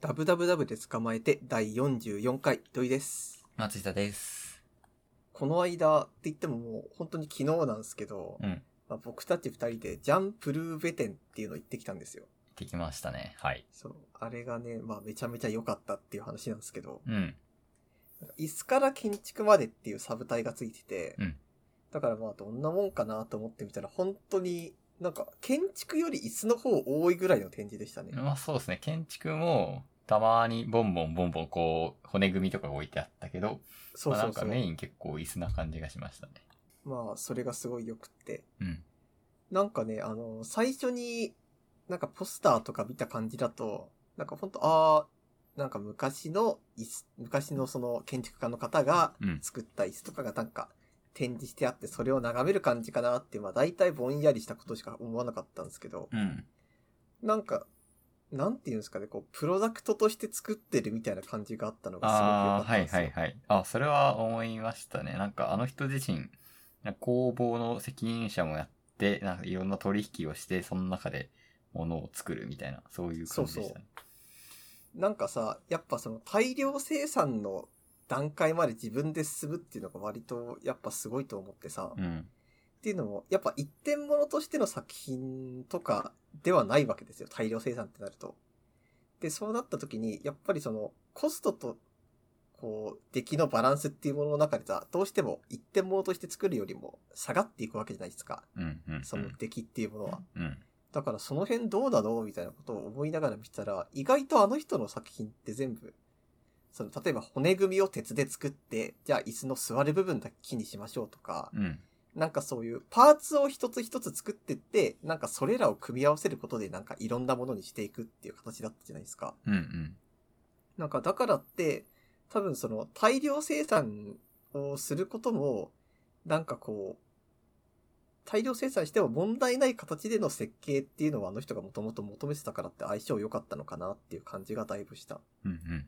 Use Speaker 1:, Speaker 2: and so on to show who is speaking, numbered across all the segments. Speaker 1: ダブダブダブで捕まえて第44回、土井です。
Speaker 2: 松下です。
Speaker 1: この間って言ってももう本当に昨日なんですけど、
Speaker 2: うん。行
Speaker 1: まあ、僕たち二人でジャンプルーベテンっていうの行ってきたんですよ。
Speaker 2: ってきましたね。はい。
Speaker 1: そう。あれがね、まあめちゃめちゃ良かったっていう話なんですけど、
Speaker 2: うん。
Speaker 1: 椅子から建築までっていうサブ隊がついてて、
Speaker 2: うん
Speaker 1: だからまあどんなもんかなと思ってみたら本当になんか建築より椅子の方多いぐらいの展示でしたね。
Speaker 2: まあそうですね。建築も、たまにボンボンボンボンこう、骨組みとかが置いてあったけど、
Speaker 1: そう
Speaker 2: まあ
Speaker 1: そ
Speaker 2: な
Speaker 1: うんそ
Speaker 2: か
Speaker 1: う。
Speaker 2: メイン結構椅子な感じがしましたね。
Speaker 1: まあそれがすごい良くって。
Speaker 2: うん。
Speaker 1: なんかね、あの、最初に、なんかポスターとか見た感じだと、なんかほんと、あー、なんか昔の椅子、昔のその建築家の方が
Speaker 2: うん。
Speaker 1: 作った椅子とかがなんか展示してあって、それを眺める感じかなって、まあ大体ぼんやりしたことしか思わなかったんですけど、
Speaker 2: うん。
Speaker 1: なんか、なんていうんですかね、こう、プロダクトとして作ってるみたいな感じがあったのがすごく良か
Speaker 2: あ
Speaker 1: っ
Speaker 2: あ、
Speaker 1: た
Speaker 2: は
Speaker 1: ん
Speaker 2: い
Speaker 1: ですよ。
Speaker 2: はいはい。あ、それは思いましたね。なんかあの人自身、なんか工房の責任者もやって、なんかいろんな取引をして、その中で物を作るみたいな、そういう感じでしたね。
Speaker 1: なんかさ、やっぱその大量生産の段階まで自分で進むっていうのが割とやっぱすごいと思ってさ、
Speaker 2: うん。
Speaker 1: っていうのも、やっぱ一点物としての作品とかではないわけですよ。大量生産ってなると。で、そうなった時に、やっぱりその、コストと、こう、出来のバランスっていうものの中でさ、どうしても一点物として作るよりも下がっていくわけじゃないですか。
Speaker 2: うん。うん。
Speaker 1: その出来っていうものは。
Speaker 2: うん。
Speaker 1: だからその辺どうなのみたいなことを思いながら見てたら、意外とあの人の作品って全部、その、例えば骨組みを鉄で作って、じゃあ椅子の座る部分だけ木にしましょうとか、
Speaker 2: うん。
Speaker 1: なんかそういうパーツを一つ一つ作ってって、なんかそれらを組み合わせることでなんかいろんなものにしていくっていう形だったじゃないですか。
Speaker 2: うん。うん。
Speaker 1: なんかだからって、多分その大量生産をすることも、なんかこう、大量生産しても問題ない形での設計っていうのはあの人がもともと求めてたからって相性良かったのかなっていう感じがだいぶした。
Speaker 2: うんうんうん。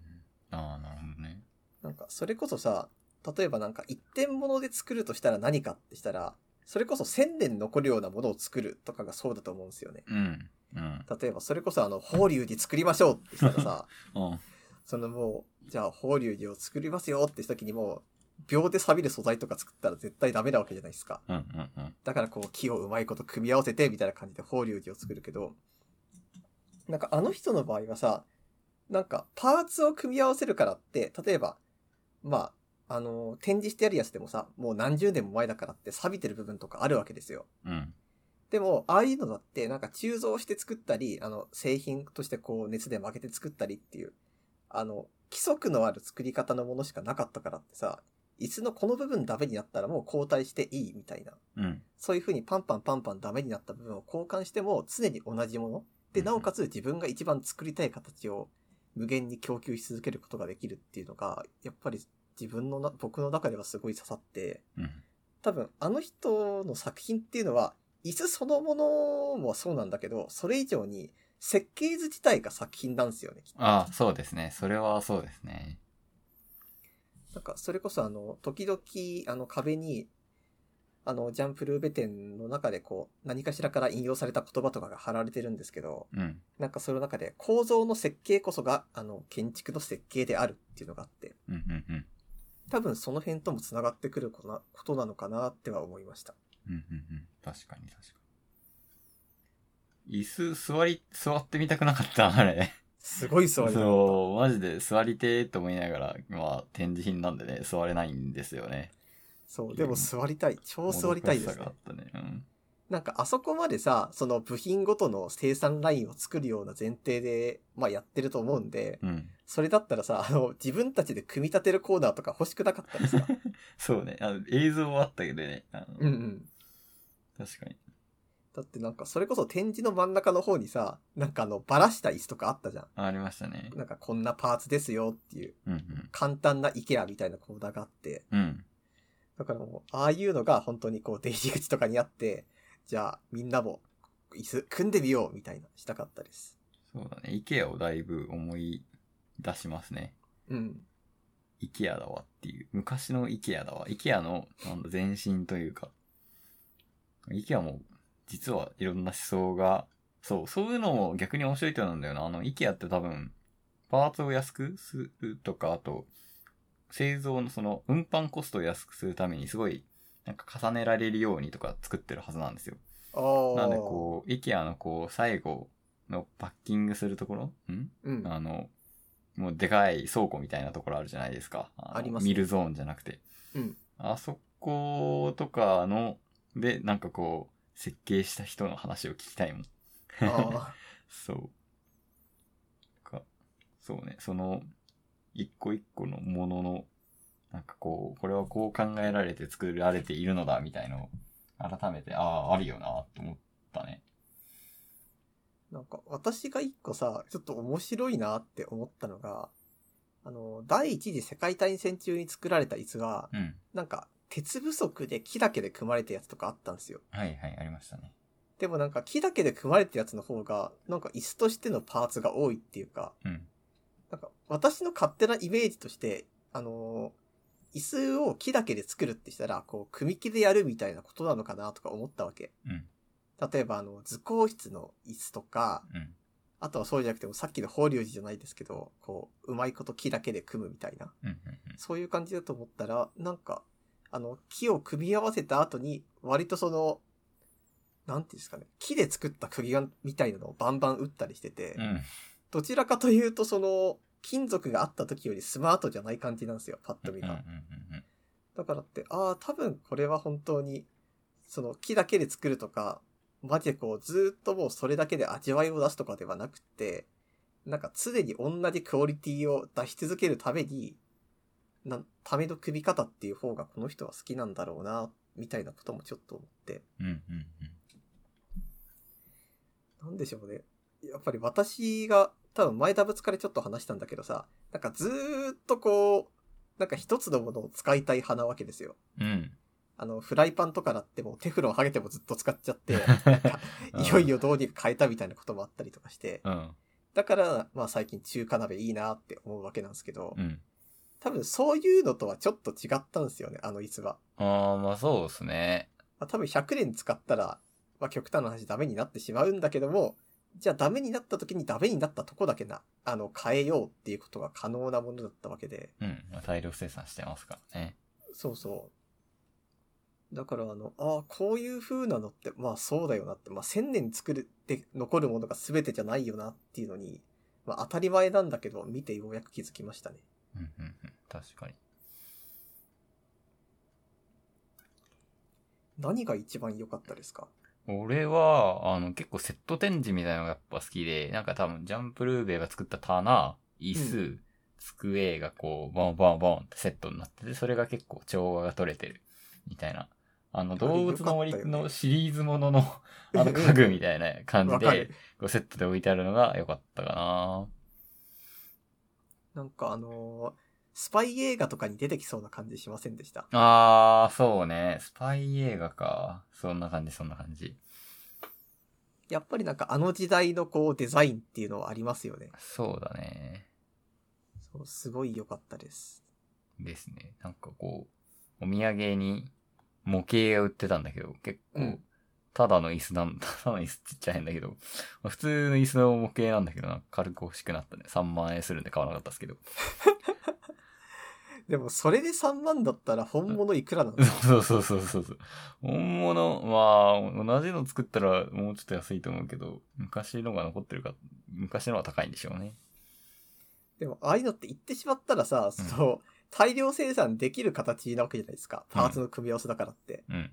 Speaker 2: ああ、なるほどね。
Speaker 1: なんか、それこそさ、例えばなんか一点物で作るとしたら何かってしたら、それこそ千年残るようなものを作るとかがそうだと思うんですよね。
Speaker 2: うん。うん。
Speaker 1: 例えばそれこそあの、法隆寺作りましょうってしたらさ、
Speaker 2: うん。
Speaker 1: そのもう、じゃあ法隆寺を作りますよってした時にもう、秒で錆びる素材とか作ったら絶対ダメなわけじゃないですか。
Speaker 2: うん。うん。うん。
Speaker 1: だからこう木をうまいこと組み合わせてみたいな感じで法隆寺を作るけど、なんかあの人の場合はさ、なんかパーツを組み合わせるからって、例えば、まあ、あの、展示してあるやつでもさ、もう何十年も前だからって錆びてる部分とかあるわけですよ。
Speaker 2: うん。
Speaker 1: でも、ああいうのだって、なんか鋳造して作ったり、あの、製品としてこう熱で負けて作ったりっていう、あの、規則のある作り方のものしかなかったからってさ、椅子のこの部分ダメになったらもう交代していいみたいな。
Speaker 2: うん。
Speaker 1: そういう風にパンパンパンパンダメになった部分を交換しても常に同じもの。で、なおかつ自分が一番作りたい形を無限に供給し続けることができるっていうのが、やっぱり自分のな、僕の中ではすごい刺さって、
Speaker 2: うん。
Speaker 1: 多分あの人の作品っていうのは、椅子そのものもそうなんだけど、それ以上に設計図自体が作品なんですよね。きっと
Speaker 2: ああ、そうですね。それはそうですね。
Speaker 1: なんか、それこそあの、時々、あの、壁に、あの、ジャンプルーベテンの中でこう、何かしらから引用された言葉とかが貼られてるんですけど、
Speaker 2: うん。
Speaker 1: なんかその中で構造の設計こそが、あの、建築の設計であるっていうのがあって、
Speaker 2: うん。うん。うん。
Speaker 1: 多分その辺とも繋がってくることなことなのかなっては思いました。
Speaker 2: うん。うん。うん。確かに、確かに。椅子、座り、座ってみたくなかった、 あれ。
Speaker 1: すごい座りだ
Speaker 2: そう、マジで座りてーと思いながら、まあ、展示品なんでね、座れないんですよね。
Speaker 1: そう、でも座りたい。超座りたいですね
Speaker 2: もど。かしさがあったね。うん。
Speaker 1: なんかあそこまでさ、その部品ごとの生産ラインを作るような前提で、まあやってると思うんで、
Speaker 2: うん。
Speaker 1: それだったらさ、あの、自分たちで組み立てるコーナーとか欲しくなかったですか
Speaker 2: そうね。あの映像はあったけどね。あの
Speaker 1: うんうん。
Speaker 2: 確かに。
Speaker 1: だってなんかそれこそ展示の真ん中の方にさ、なんかあの、ばらした椅子とかあったじゃん。
Speaker 2: あありましたね。
Speaker 1: なんかこんなパーツですよっていう。
Speaker 2: うん。うん。
Speaker 1: 簡単な IKEA みたいなコーナーがあって、
Speaker 2: うん。
Speaker 1: だからもう、ああいうのが本当にこう出入り口とかにあって、じゃあみんなも椅子組んでみようみたいなしたかったです。
Speaker 2: そうだね。IKEA をだいぶ思い出しますね。
Speaker 1: うん。
Speaker 2: IKEA だわっていう。昔の IKEA だわ。IKEA のなんだ前身というか。IKEA も実はいろんな思想が、そう、そういうのも逆に面白いとなんだよな。あの IKEA って多分、パーツを安くするとか、あと、製造のその運搬コストを安くするためにすごい、なんか重ねられるようにとか作ってるはずなんですよ。
Speaker 1: ああ。
Speaker 2: なのでこう、IKEA のこう、最後のパッキングするところ、ん
Speaker 1: う。うん。
Speaker 2: あの、もうでかい倉庫みたいなところあるじゃないですか。の
Speaker 1: ありますね
Speaker 2: 見るゾーンじゃなくて。
Speaker 1: うん。
Speaker 2: あそことかの、で、なんかこう、設計した人の話を聞きたいもん。
Speaker 1: あ
Speaker 2: そう。か、そうね、その、一個一個のものの、なんかこう、これはこう考えられて作られているのだ、みたいのを、改めて、ああ、あるよな、と思ったね。
Speaker 1: あ。なんか、私が一個さ、ちょっと面白いなって思ったのが、あの、第一次世界大戦中に作られた椅子が、
Speaker 2: うん。
Speaker 1: なんか、鉄不足で木だけで組まれたやつとかあったんですよ。
Speaker 2: はいはい、ありましたね。
Speaker 1: でもなんか木だけで組まれたやつの方が、なんか椅子としてのパーツが多いっていうか、
Speaker 2: うん。
Speaker 1: なんか私の勝手なイメージとして、あのー椅子を木だけで作るってしたら、こう、組木でやるみたいなことなのかなとか思ったわけ。
Speaker 2: うん。
Speaker 1: 例えば、あの、図工室の椅子とか、
Speaker 2: うん。
Speaker 1: あとはそうじゃなくてもさっきの法隆寺じゃないですけど、こう、うまいこと木だけで組むみたいな。
Speaker 2: うん。うん。うん
Speaker 1: そういう感じだと思ったら、なんか、あの、木を組み合わせた後に、割とその、なんていうんですかね、木で作った釘が、みたいなのをバンバン打ったりしてて、
Speaker 2: うん。
Speaker 1: どちらかというと、その、金属があった時よりスマートじゃない感じなんですよ、パッと見
Speaker 2: うん。うん。うん。
Speaker 1: が。だからって、ああ、多分これは本当に、その木だけで作るとか、マジでこう、ずーっともうそれだけで味わいを出すとかではなくて、なんか常に同じクオリティを出し続けるために、な、ための組み方っていう方がこの人は好きなんだろうな、みたいなこともちょっと思って。
Speaker 2: うん。うん。うん。
Speaker 1: なんでしょうね。やっぱり私が、多分前ダブツからちょっと話したんだけどさ、なんかずーっとこう、なんか一つのものを使いたい派なわけですよ。
Speaker 2: うん。
Speaker 1: あの、フライパンとかだってもうテフロン剥げてもずっと使っちゃ って、なんか、いよいよどうにか変えたみたいなこともあったりとかして、
Speaker 2: うん。
Speaker 1: だから、まあ最近中華鍋いいなって思うわけなんですけど
Speaker 2: う、ん。
Speaker 1: 多分そういうのとはちょっと違ったんですよね、あの椅子は。
Speaker 2: ああ、まあそうですね。
Speaker 1: まあ、多分100年使ったら、まあ、極端な話ダメになってしまうんだけども、じゃあダメになった時にダメになったとこだけな、あの、変えようっていうことが可能なものだったわけで。
Speaker 2: うん。まあ大量生産してますからね。
Speaker 1: そうそう。だからあの、ああ、こういう風なのって、まあそうだよなって、まあ1000年作るって残るものが全てじゃないよなっていうのに、まあ当たり前なんだけど、見てようやく気づきましたね。
Speaker 2: うんうんうん。確かに。
Speaker 1: 何が一番良かったですか
Speaker 2: 俺は、あの、結構セット展示みたいなのがやっぱ好きで、なんか多分ジャンプルーベイが作った棚、椅子、
Speaker 1: う
Speaker 2: 机がこう、ボンボンボンってセットになってて、それが結構調和が取れてる、みたいな。あの、動物の森のシリーズもの の、あの家具みたいな感じ
Speaker 1: わかる
Speaker 2: で、。こうセットで置いてあるのが良かったか
Speaker 1: な
Speaker 2: な
Speaker 1: んかあのースパイ映画とかに出てきそうな感じしませんでした
Speaker 2: あー、そうね。スパイ映画か。そんな感じ、そんな感じ。
Speaker 1: やっぱりなんかあの時代のこうデザインっていうのはありますよね。
Speaker 2: そうだね。
Speaker 1: そうすごい良かったです。
Speaker 2: ですね。なんかこう、お土産に模型が売ってたんだけど、結構、
Speaker 1: うん
Speaker 2: ただの椅子なん、 ただの椅子って言っちゃ変だけど、まあ普通の椅子の模型なんだけど、なんか軽く欲しくなったね。3万円するんで買わなかったですけど。
Speaker 1: でもそれで3万だったら本物いくらなの、
Speaker 2: そうそうそうそうそう。本物、まあ、同じの作ったらもうちょっと安いと思うけど、昔のが残ってるか、昔のは高いんでしょうね。
Speaker 1: でもああいうのって言ってしまったらさ、その大量生産できる形なわけじゃないですか。パーツの組み合わせだからって。
Speaker 2: うん。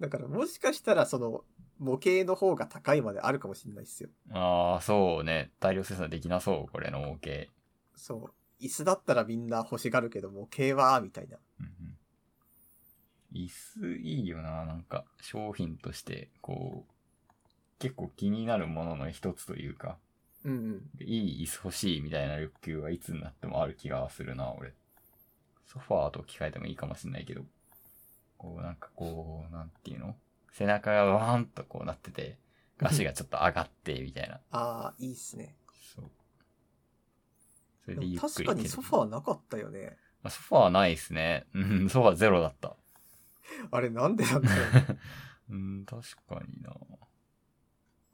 Speaker 1: だからもしかしたらその模型の方が高いまであるかもしれないですよ。
Speaker 2: ああ、そうね。大量生産できなそう、これの模型。
Speaker 1: そう。椅子だったらみんな欲しがるけど模型は、みたいな。
Speaker 2: うんうん椅子いいよな、なんか商品として、こう、結構気になるものの一つというか、
Speaker 1: うんうん。
Speaker 2: いい椅子欲しいみたいな欲求はいつになってもある気がするな、俺。ソファーと置き換えてもいいかもしんないけど、こうなんかこう、なんていうの背中がワーンとこうなってて、足がちょっと上がって、みたいな。
Speaker 1: ああ、いいっすね。
Speaker 2: そう。それ
Speaker 1: で
Speaker 2: でゆ
Speaker 1: も
Speaker 2: っく
Speaker 1: 確
Speaker 2: り
Speaker 1: かにソフ
Speaker 2: ァ
Speaker 1: ァーなかったよね。
Speaker 2: ーソファーないっすね。うん、ソファーゼロだった。
Speaker 1: あれなんでなんだろ うね。
Speaker 2: うん、確かにな。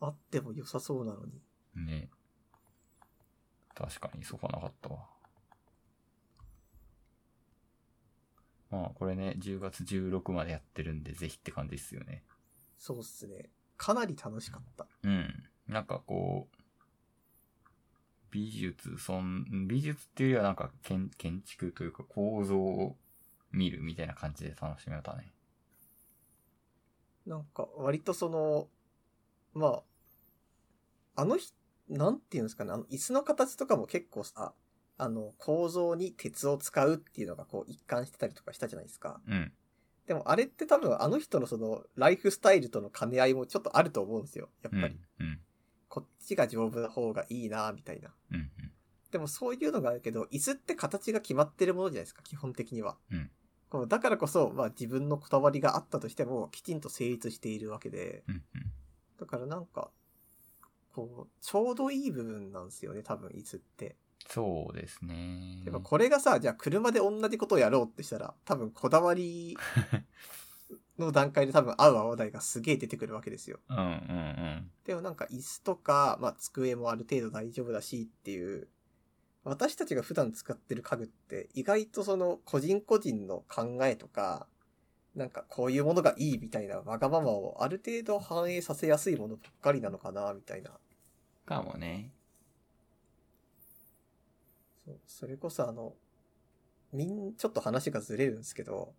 Speaker 1: あっても良さそうなのに。
Speaker 2: ね。確かに、そうかなかったわ。まあ、これね、10月16までやってるんで、ぜひって感じですよね。
Speaker 1: そうっすね。かなり楽しかった。
Speaker 2: うん。なんかこう、美術、そん、美術っていうよりはなんか建建築というか構造を見るみたいな感じで楽しめたね。
Speaker 1: なんか、割とその、まあ、あの日、なんていうんですかね、あの、椅子の形とかも結構さ、あの、構造に鉄を使うっていうのがこう一貫してたりとかしたじゃないですか。
Speaker 2: うん。
Speaker 1: でもあれって多分あの人のその、ライフスタイルとの兼ね合いもちょっとあると思うんですよ。や
Speaker 2: う
Speaker 1: っ
Speaker 2: ん。
Speaker 1: ぱ
Speaker 2: う
Speaker 1: り。
Speaker 2: ん。
Speaker 1: こっちが丈夫な方がいいな、みたいな。
Speaker 2: うん。
Speaker 1: でもそういうのがあるけど、椅子って形が決まってるものじゃないですか、基本的には。
Speaker 2: うん
Speaker 1: こうだからこそ、まあ自分のこだわりがあったとしても、きちんと成立しているわけで、
Speaker 2: うん。うん。
Speaker 1: だからなんか、こう、ちょうどいい部分なんですよね、多分椅子って。
Speaker 2: そうですね。
Speaker 1: でもこれがさ、じゃあ車で同じことをやろうってしたら、多分こだわりの段階で 多分合う合わないがすげえ出てくるわけですよ。
Speaker 2: うんうんうん。
Speaker 1: でもなんか椅子とか、まあ、机もある程度大丈夫だしっていう、私たちが普段使ってる家具って意外とその個人個人の考えとか、なんかこういうものがいいみたいなわがままをある程度反映させやすいものばっかりなのかな、みたいな。
Speaker 2: かもね。
Speaker 1: そうそれこそあの、みん、ちょっと話がずれるんですけど、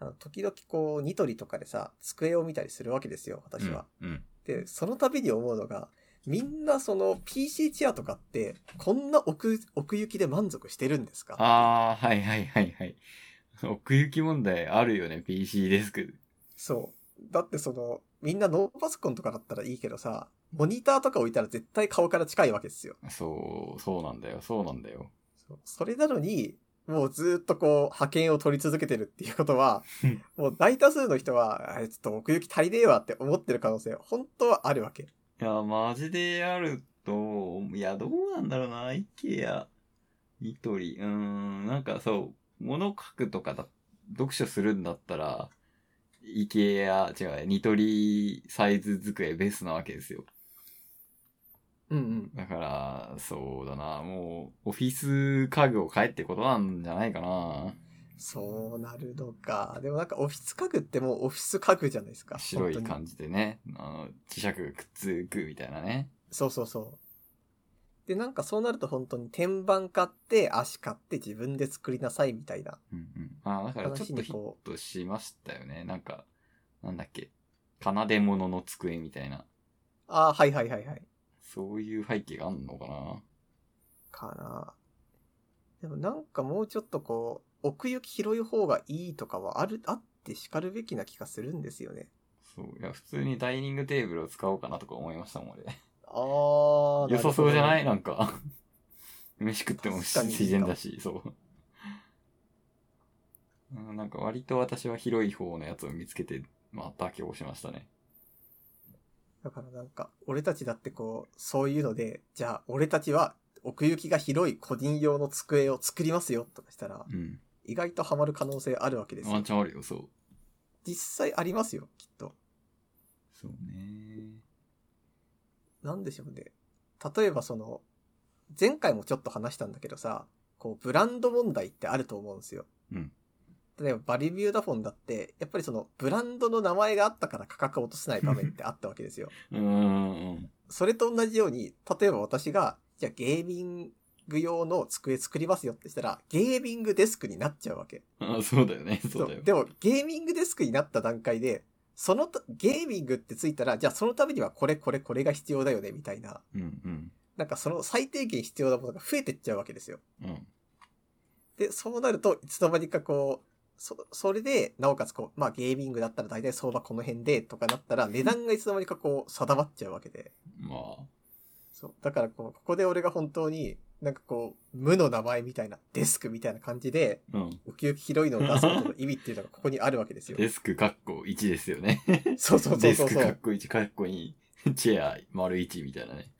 Speaker 1: あの時々こうニトリとかでさ、机を見たりするわけですよ、私は。
Speaker 2: うん。うん。
Speaker 1: で、その度に思うのが、みんなその PC チェアとかって、こんな奥、奥行きで満足してるんですか
Speaker 2: ああ、はいはいはいはい。 奥行き問題あるよね、PC デスク。
Speaker 1: そう。だってその、みんなノートパソコンとかだったらいいけどさ、モニターとか置いたら絶対顔から近いわけですよ。
Speaker 2: そう、そうなんだよ、そうなんだよ。
Speaker 1: そうそれなのに、もうずーっとこう、派遣を取り続けてるっていうことは、もう大多数の人は、あれちょっと奥行き足りねえわって思ってる可能性、本当はあるわけ。
Speaker 2: いや、マジであると、いや、どうなんだろうな、IKEA、ニトリ、うーん、なんかそう、物書くとかだ、読書するんだったら、IKEA、違う、ニトリサイズ机ベースなわけですよ。
Speaker 1: うんうん。
Speaker 2: だから、そうだな、もう、オフィス家具を買えってことなんじゃないかな。
Speaker 1: そうなるのか。でもなんかオフィス家具ってもうオフィス家具じゃないですか。
Speaker 2: 白い
Speaker 1: 本当に
Speaker 2: 感じでね、あの、磁石がくっつくみたいなね。
Speaker 1: そうそうそう。で、なんかそうなると本当に天板買って、足買って自分で作りなさいみたいな
Speaker 2: うんうん。ああ、だからちょっ
Speaker 1: 話
Speaker 2: と
Speaker 1: に
Speaker 2: ヒッ
Speaker 1: こ
Speaker 2: トしましたよね。なんか、なんだっけ、奏で物の机みたいな、
Speaker 1: う。ああ、はいはいはいはい。
Speaker 2: そういう背景があんのかな。
Speaker 1: かな。でもなんかもうちょっとこう、奥行き広い方がいいとかはある、あって叱るべきな気がするんですよね。
Speaker 2: そう、いや、普通にダイニングテーブルを使おうかなとか思いましたもん、俺。
Speaker 1: ああ。
Speaker 2: 良さそうじゃない
Speaker 1: な
Speaker 2: な
Speaker 1: る
Speaker 2: んか。 飯食っても
Speaker 1: 確かに
Speaker 2: 自然だし、そう。うんなんか割と私は広い方のやつを見つけて、まあ、妥協しましたね。
Speaker 1: ほど。だからなんか、俺たちだってこう、そういうので、じゃあ俺たちは奥行きが広い個人用の机を作りますよとかしたら、
Speaker 2: うん。
Speaker 1: 意外とハマる可能性あるわけです
Speaker 2: ワ
Speaker 1: よ
Speaker 2: ン。チャンあるよ、そう。
Speaker 1: 実際ありますよ、きっと。
Speaker 2: そうね。
Speaker 1: なんでしょうね。例えばその、前回もちょっと話したんだけどさ、こう、ブランド問題ってあると思うんですよ。
Speaker 2: うん
Speaker 1: 例えば、バリビューダフォンだって、やっぱりその、ブランドの名前があったから価格を落とせない場面ってあったわけ ですよ。
Speaker 2: うーん。
Speaker 1: それと同じように、例えば私が、じゃあゲーミング用の机作りますよってしたら、ゲーミングデスクになっちゃうわけ。
Speaker 2: あそうだよね。そうだよ。
Speaker 1: でも、ゲーミングデスクになった段階で、そのた、ゲーミングってついたら、じゃあそのためにはこれこれこれが必要だよね、みたいな。
Speaker 2: うん
Speaker 1: なんかその最低限必要なものが増えてっちゃうわけですよ。
Speaker 2: うん。うん。
Speaker 1: で、そうなると、いつの間にかこう、そ、それで、なおかつこう、まあゲーミングだったら大体相場この辺でとかなったら、値段がいつの間にかこう、定まっちゃうわけで。
Speaker 2: まあ、
Speaker 1: そう。だからこう、ここで俺が本当に、なんかこう、無の名前みたいな、デスクみたいな感じで、
Speaker 2: うん。
Speaker 1: ウキウキ広いのを出すことの意味っていうのが ここにあるわけですよ。
Speaker 2: デスクカッコ1ですよね。
Speaker 1: そうそうそう
Speaker 2: デ
Speaker 1: そ
Speaker 2: ス
Speaker 1: う
Speaker 2: ク
Speaker 1: そ
Speaker 2: カ
Speaker 1: う
Speaker 2: ッ。コ1、カッコ2、チェア丸1みたいなね。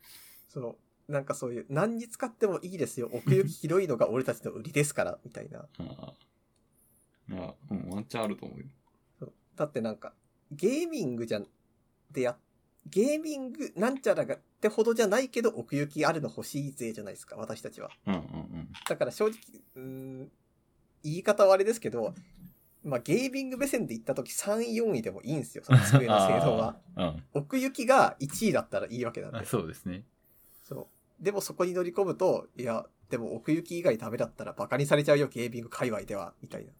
Speaker 1: その、なんかそういう、何に使ってもいいですよ。奥行き広いのが俺たちの売りですから、みたいな。
Speaker 2: ああ。いや、うん、ワンチャンあると思うよ。
Speaker 1: だってなんか、ゲーミングじゃん、でやっゲーミングなんちゃらがってほどじゃないけど奥行きあるの欲しい勢じゃないですか、私たちは。
Speaker 2: うんうんうん。
Speaker 1: だから正直、うーん、言い方はあれですけど、まあ、ゲーミング目線で言った時3位、4位でもいいんですよ、その机の性能は。
Speaker 2: あー。うん。
Speaker 1: 奥行きが1位だったらいいわけなん
Speaker 2: あ
Speaker 1: で。
Speaker 2: そうですね。
Speaker 1: そう。でもそこに乗り込むと、いや、でも奥行き以外ダメだったらバカにされちゃうよ、ゲーミング界隈では、みたいな。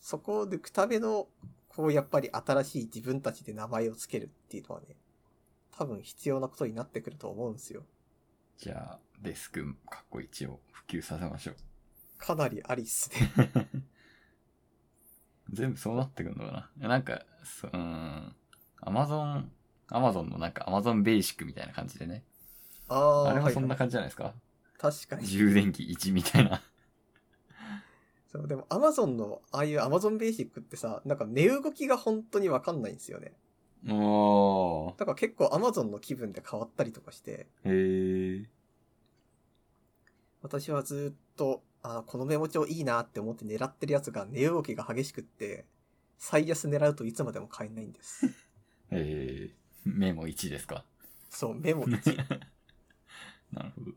Speaker 1: そこを抜くための、こうやっぱり新しい自分たちで名前をつけるっていうのはね、多分必要なことになってくると思うんですよ。
Speaker 2: じゃあ、デスク、かっこ一を普及させましょう。
Speaker 1: かなりありっす ね。
Speaker 2: 全部そうなってくんのかななんか、そ、うーん。アマゾン、アマゾンのなんかアマゾンベーシックみたいな感じでね。
Speaker 1: ああ、
Speaker 2: あれはそん
Speaker 1: は
Speaker 2: ない感じじゃないですか
Speaker 1: はい確かに。
Speaker 2: 充電器1み たいな。
Speaker 1: そう、でも Amazon の、ああいう Amazon Basic ってさ、なんか値動きが本当にわかんないんですよね。
Speaker 2: おー。
Speaker 1: だから結構 Amazon の気分で変わったりとかして、
Speaker 2: へー。
Speaker 1: 私はずっと、あこのメモ帳いいなって思って狙ってるやつが値動きが激しくって、最安狙うといつまでも買えないん です。
Speaker 2: えー、メモ1ですか。
Speaker 1: そう、メ モ1。
Speaker 2: なるほど。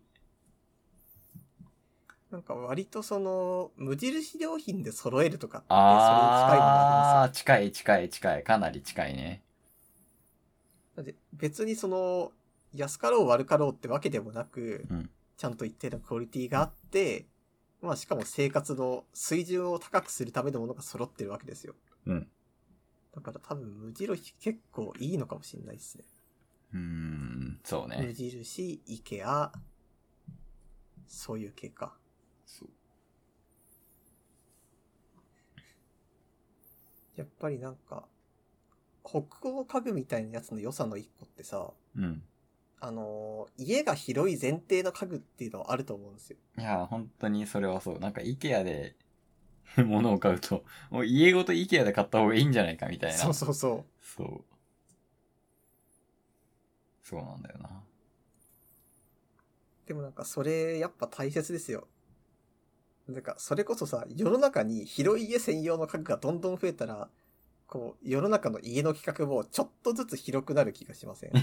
Speaker 1: なんか割とその、無印良品で揃えるとかって、それに近いものあ
Speaker 2: あ
Speaker 1: りますよ
Speaker 2: ー、近い近い近い。かなり近いね。。
Speaker 1: だって別にその、安かろう悪かろうってわけでもなく、
Speaker 2: うん
Speaker 1: ちゃんと一定のクオリティがあって、まあしかも生活の水準を高くするためのものが揃ってるわけですよ。
Speaker 2: うん。
Speaker 1: だから多分無印結構いいのかもしれないですね。
Speaker 2: うーん、そう
Speaker 1: 無
Speaker 2: ね。
Speaker 1: 印、イケア、そういう系か。
Speaker 2: そう
Speaker 1: やっぱりなんか、北欧家具みたいなやつの良さの一個ってさ、
Speaker 2: うん。
Speaker 1: あのー家が広い前提の家具っていうのはあると思うんですよ。
Speaker 2: いやー、本当にそれはそう。なんか、イケアで、物を買うと、 もう家ごとイケアで買った方がいいんじゃないかみたいな。
Speaker 1: そうそうそう。
Speaker 2: そう。そうなんだよな。
Speaker 1: でもなんかそれやっぱ大切ですよ。なんかそれこそさ、世の中に広い家専用の家具がどんどん増えたら、こう、世の中の家の企画もちょっとずつ広くなる気がし ません
Speaker 2: う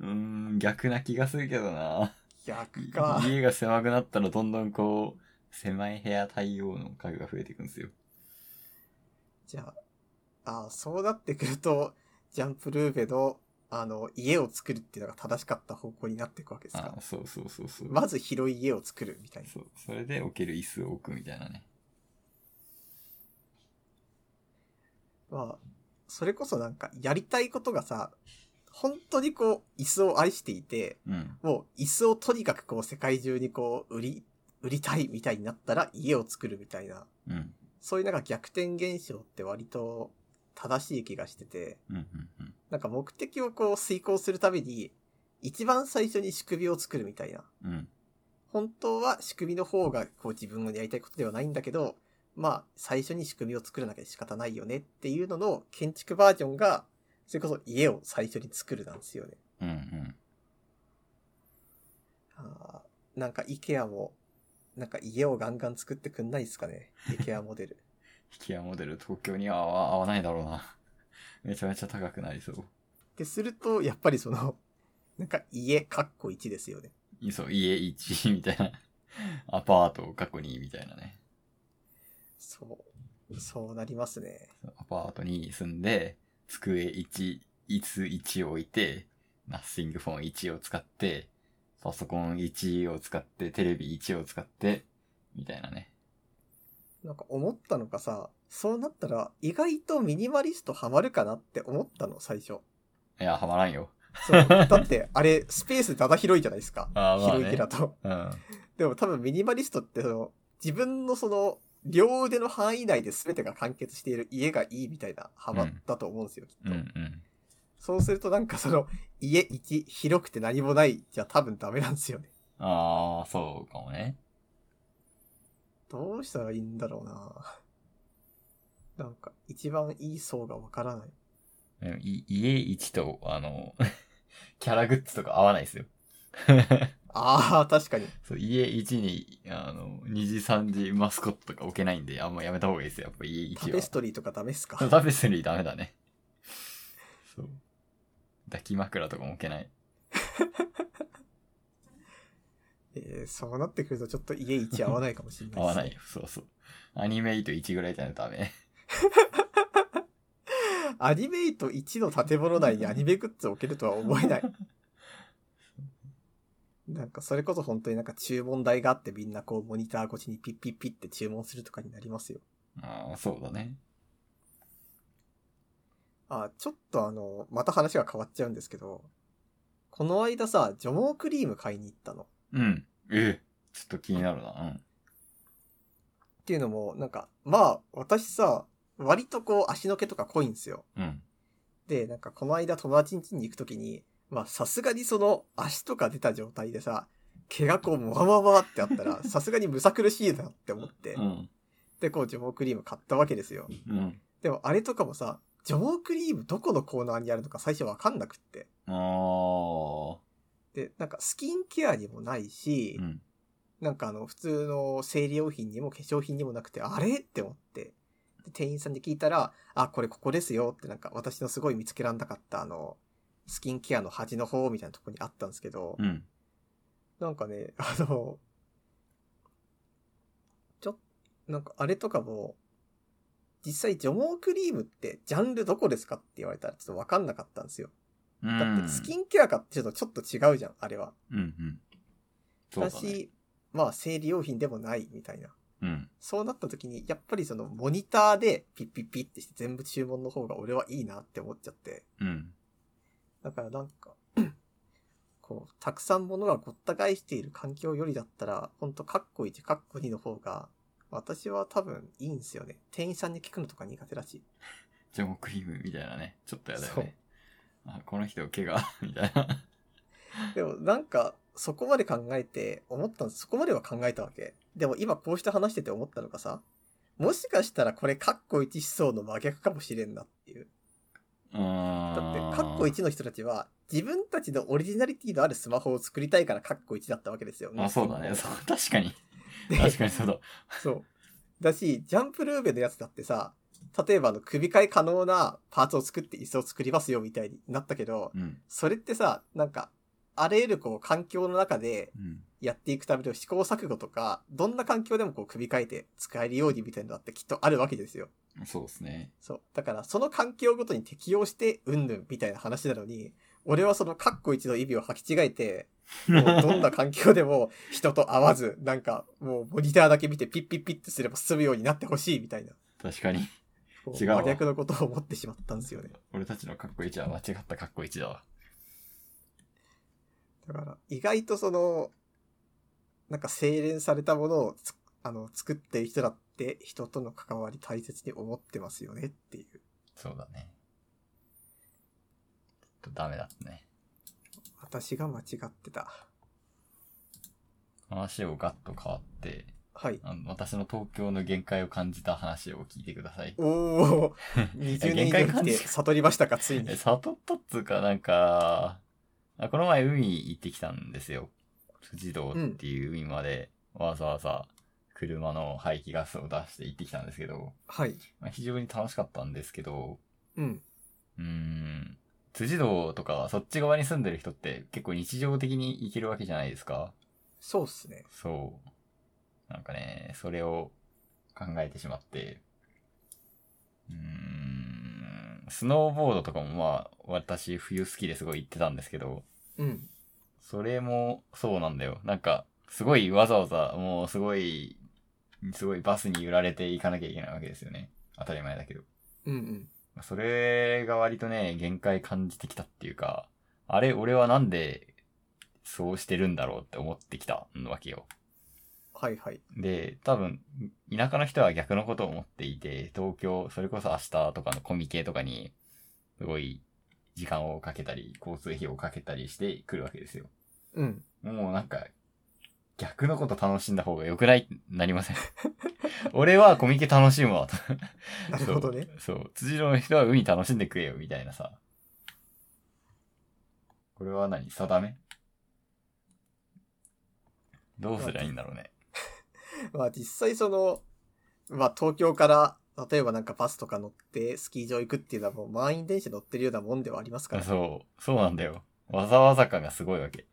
Speaker 2: ーん、逆な気がするけどな。
Speaker 1: 逆か。
Speaker 2: 家が狭くなったらどんどんこう、狭い部屋対応の家具が増えていくんですよ。
Speaker 1: じゃあ、あーそうなってくると、ジャンプルーベの、あの、家を作るっていうのが正しかった方向になっていくわけです
Speaker 2: あ
Speaker 1: か。
Speaker 2: そうそうそうそう。
Speaker 1: まず広い家を作るみたいな。
Speaker 2: そう。それで置ける椅子を置くみたいなね。
Speaker 1: まあ、それこそなんか、やりたいことがさ、本当にこう、椅子を愛していて、
Speaker 2: うん。
Speaker 1: もう椅子をとにかくこう世界中にこう売り、売りたいみたいになったら家を作るみたいな、
Speaker 2: うん。
Speaker 1: そういうなんか逆転現象って割と正しい気がしてて、
Speaker 2: うん。うん。うん。
Speaker 1: なんか目的をこう遂行するために、一番最初に仕組みを作るみたいな。
Speaker 2: うん。
Speaker 1: 本当は仕組みの方がこう自分のやりたいことではないんだけど、まあ最初に仕組みを作らなきゃ仕方ないよねっていうのの建築バージョンが、それこそ家を最初に作るなんですよね。
Speaker 2: うん。うん。
Speaker 1: あーなんか IKEA も、なんか家をガンガン作ってくんないですかね。IKEA モデル。
Speaker 2: 引き合モデル東京には合わ合わないだろうな。 めちゃめちゃ高くなりそう。
Speaker 1: ってすると、やっぱりその、なんか家かっこ1ですよね。
Speaker 2: いそう、家1みたいな。 アパート過去にみたいなね。
Speaker 1: そう。そうなりますね。
Speaker 2: アパートに住んで、机1、椅子1を置いて、ナッシングフォン1を使って、パソコン1を使って、テレビ1を使って、みたいなね。
Speaker 1: なんか思ったのがさ、そうなったら意外とミニマリストハマるかなって思ったの、最初。
Speaker 2: いや、はまらんよ。
Speaker 1: そう。だって、あれ、スペースだだ広いじゃないですか。
Speaker 2: あーまあね
Speaker 1: 広い家だと。
Speaker 2: うん。
Speaker 1: でも多分ミニマリストってその、自分のその、両腕の範囲内で全てが完結している家がいいみたいな幅だと思うんですよ、きっ
Speaker 2: う
Speaker 1: と。
Speaker 2: んうん。
Speaker 1: そうするとなんかその、家1、広くて何もないじゃ多分ダメなんですよね。
Speaker 2: ああ、そうかもね。
Speaker 1: どうしたらいいんだろうななんか、一番いい層がわからない。
Speaker 2: でもい家1と、あの、 キャラグッズとか合わないですよ。
Speaker 1: ああ、確かに。
Speaker 2: そう、家1に、あの、2時3時マスコットとか置けないんで、あんまやめた方がいいですよ。やっぱ家1は。
Speaker 1: タペストリーとかダメっすか
Speaker 2: そうタペストリーダメだね。そう。抱き枕とかも置けない。
Speaker 1: えーそうなってくるとちょっと家一合わないかもしれないですね
Speaker 2: 合わないよ。そうそう。アニメ8、1ぐらいじゃないとダメ。
Speaker 1: アニメイト1の建物内にアニメグッズを置けるとは思え ない。なんかそれこそ本当になんか注文台があってみんなこうモニター越しにピッピッピッって注文するとかになりますよ。
Speaker 2: ああ、そうだね。
Speaker 1: あ、ちょっとあの、また話が変わっちゃうんですけど、この間さ、除毛クリーム買いに行ったの。
Speaker 2: うん。ええちょっと気になるな。うん。
Speaker 1: っていうのも、なんか、まあ、私さ、割とこう足の毛とか濃いんですよ。
Speaker 2: うん。
Speaker 1: で、なんかこの間友達ん家に行くときに、まあさすがにその足とか出た状態でさ、毛がこうもわもわもわってあった ら、さすがにむさ苦しいなって思って
Speaker 2: う、ん。
Speaker 1: で、こう除毛クリーム買ったわけですよ。
Speaker 2: うん。
Speaker 1: でもあれとかもさ、除毛クリームどこのコーナーにあるのか最初わかんなくって。
Speaker 2: ああ。
Speaker 1: で、なんかスキンケアにもないし、
Speaker 2: うん。
Speaker 1: なんかあの普通の生理用品にも化粧品にもなくて、あれって思って。で店員さんに聞いたら、あ、これここですよってなんか私のすごい見つけらんなかったあの、スキンケアの端の方みたいなとこにあったんですけど、
Speaker 2: うん。
Speaker 1: なんかね、 あの、ちょ、なんかあれとかも、実際除毛クリームってジャンルどこですかって言われたらちょっとわかんなかったんですよ。だってスキ
Speaker 2: ン
Speaker 1: ンケアかっていうとちょっと違うじゃん、あれは。
Speaker 2: うんうん。そう
Speaker 1: だ
Speaker 2: だね。
Speaker 1: し、まあ生理用品でもないみたいな。
Speaker 2: うん。
Speaker 1: そうなった時に、やっぱりそのモニターでピッピッピッってして全部注文の方が俺はいいなって思っちゃって。
Speaker 2: うん。
Speaker 1: だからなんか、こう、たくさんものがごった返している環境よりだったら、ほんとカッコ1、カッコ2の方が、私は多分いいんですよね。店員さんに聞くのとか苦手らしい。
Speaker 2: ジョモクリームみたいなね。ちょっとやだよ
Speaker 1: そう
Speaker 2: ね。あ、この人毛が、 みたいな。
Speaker 1: でもなんか、そこまで考えて、思ったんです。そこまでは考えたわけ。でも今こうして話してて思ったのがさ、もしかしたらこれカッコ1思想の真逆かもしれんなっていう。だって、
Speaker 2: だ
Speaker 1: カッコ1の人たちは、自分たちのオリジナリティのあるスマホを作りたいからカッコ1だったわけですよね。
Speaker 2: あ、そう だね。そう、確かに。
Speaker 1: で
Speaker 2: 確かにそうだ。
Speaker 1: そう。だし、ジャンプルーベのやつだってさ、例えばあの首替え可能なパーツを作って椅子を作りますよみたいになったけど、
Speaker 2: うん。
Speaker 1: それってさ、なんか、あらゆるこう環境の中で
Speaker 2: うん。
Speaker 1: やっていくための試行錯誤とか、どんな環境でもこう首替えて使えるようにみたいなのだってきっとあるわけですよ。
Speaker 2: そうですね。
Speaker 1: そう。だから、その環境ごとに適応して、うんぬんみたいな話なのに、俺はそのカッコ一の意味を履き違えて、もうどんな環境でも人と会わず、なんか、もうモニターだけ見てピッピッピッってすれば済むようになってほしいみたいな、
Speaker 2: 確かに。
Speaker 1: こ
Speaker 2: 違うわ
Speaker 1: 真逆のことを思ってしまったんですよね。
Speaker 2: 俺たちのカッコ1は間違ったカッコ1だわ。
Speaker 1: だから、意外とその、なんか精錬されたものをつあの、作ってる人だって、人との関わり大切に思ってますよねっていう。
Speaker 2: そうだね。ちょっとダメだったね。
Speaker 1: 私が間違ってた。
Speaker 2: 話をガッと変わって、
Speaker 1: はい。
Speaker 2: あの私の東京の限界を感じた話を聞いてください。
Speaker 1: おお 20年以上
Speaker 2: 限界
Speaker 1: 来
Speaker 2: 感
Speaker 1: て
Speaker 2: じ
Speaker 1: 悟りましたか、ついに
Speaker 2: え、。悟ったっつうか、なんか、あこの前海行ってきたんですよ。辻堂っていう海まで、わざわざ車の排気ガスを出して行ってきたんですけど、
Speaker 1: はい。
Speaker 2: まあ、非常に楽しかったんですけど、
Speaker 1: うん。
Speaker 2: うーん、辻堂とかそっち側に住んでる人って結構日常的に行けるわけじゃないですか。
Speaker 1: そうっすね。
Speaker 2: そう。なんかね、それを考えてしまって、うーん、スノーボードとかもまあ、私冬好きですごい行ってたんですけど、
Speaker 1: うん。
Speaker 2: それもそうなんだよ。なんか、すごいわざわざ、もうすごい、すごいバスに揺られて行かなきゃいけないわけですよね。当たり前だけど。
Speaker 1: うんうん。
Speaker 2: それが割とね、限界感じてきたっていうか、あれ、俺はなんで、そうしてるんだろうって思ってきたわけよ。
Speaker 1: はいはい。
Speaker 2: で、多分、田舎の人は逆のことを思っていて、東京、それこそ明日とかのコミケとかに、すごい時間をかけたり、交通費をかけたりしてくるわけですよ。
Speaker 1: うん。
Speaker 2: もうなんか、逆のこと楽しんだ方が良くないなりません。 俺はコミケ楽しむわと。
Speaker 1: なるほどね。
Speaker 2: そう。そう。辻郎の人は海楽しんでくれよ、みたいなさ。これは何定めどうすりゃいいんだろうね。
Speaker 1: まあ実際その、まあ東京から例えばなんかバスとか乗ってスキー場行くっていうのはもう満員電車乗ってるようなもんではありますから。
Speaker 2: そう、そうなんだよ。わざわざ感がすごいわけ。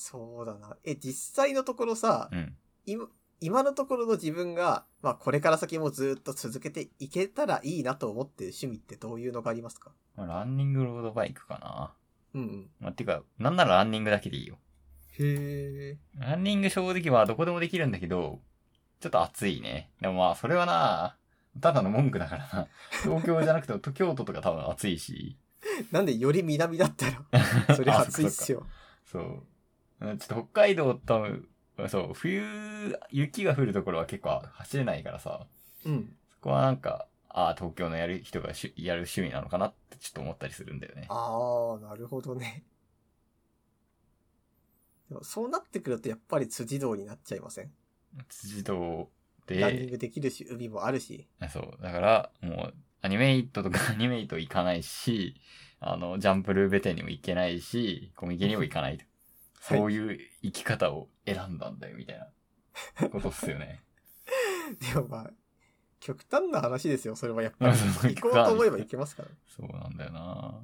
Speaker 1: そうだな。え、実際のところさ、
Speaker 2: うん。
Speaker 1: 今、今のところの自分が、まあこれから先もずっと続けていけたらいいなと思ってる趣味ってどういうのがありますか
Speaker 2: まあランニングロードバイクかな。
Speaker 1: うんうん。
Speaker 2: まあ、てか、なんならランニングだけでいいよ。
Speaker 1: へえ。
Speaker 2: ランニング正直まあどこでもできるんだけど、ちょっと暑いね。でもまあそれはな、ただの文句だからな。 東京じゃなくてもと京都とか多分暑いし。
Speaker 1: なんでより南だった ら、それ
Speaker 2: あ
Speaker 1: 暑いっすよ。
Speaker 2: そう。うんちょっと北海道多分、そう、冬、雪が降るところは結構走れないからさ、
Speaker 1: うん。
Speaker 2: そこはなんか、ああ、東京のやる人がしゅやる趣味なのかなってちょっと思ったりするんだよね。
Speaker 1: ああ、なるほどね。でもそうなってくるとやっぱり辻堂になっちゃいません、
Speaker 2: 辻堂
Speaker 1: ランニン
Speaker 2: で、
Speaker 1: グできるし、海もある し。
Speaker 2: そう、だからもう、アニメイトとか アニメイト行かないし、あの、ジャンプルーベテにも行けないし、コミケにも行かないと。
Speaker 1: はい
Speaker 2: そういう生き方を選んだんだよ、みたいなことっす よね。
Speaker 1: でもまあ、極端な話ですよ、それはやっぱ
Speaker 2: まあ
Speaker 1: り。
Speaker 2: そう
Speaker 1: 行こうと思えば行けますから。
Speaker 2: そうなんだよな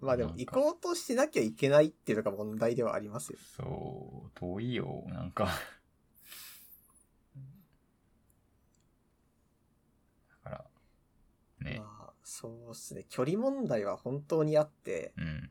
Speaker 1: まあでも
Speaker 2: なん
Speaker 1: 行
Speaker 2: か
Speaker 1: こうとしなきゃいけないっていうのが問題ではありますよ。
Speaker 2: そう、遠いよ、なんか。だから、ね、
Speaker 1: まあ、そうっすね。距離問題は本当にあって、
Speaker 2: うん、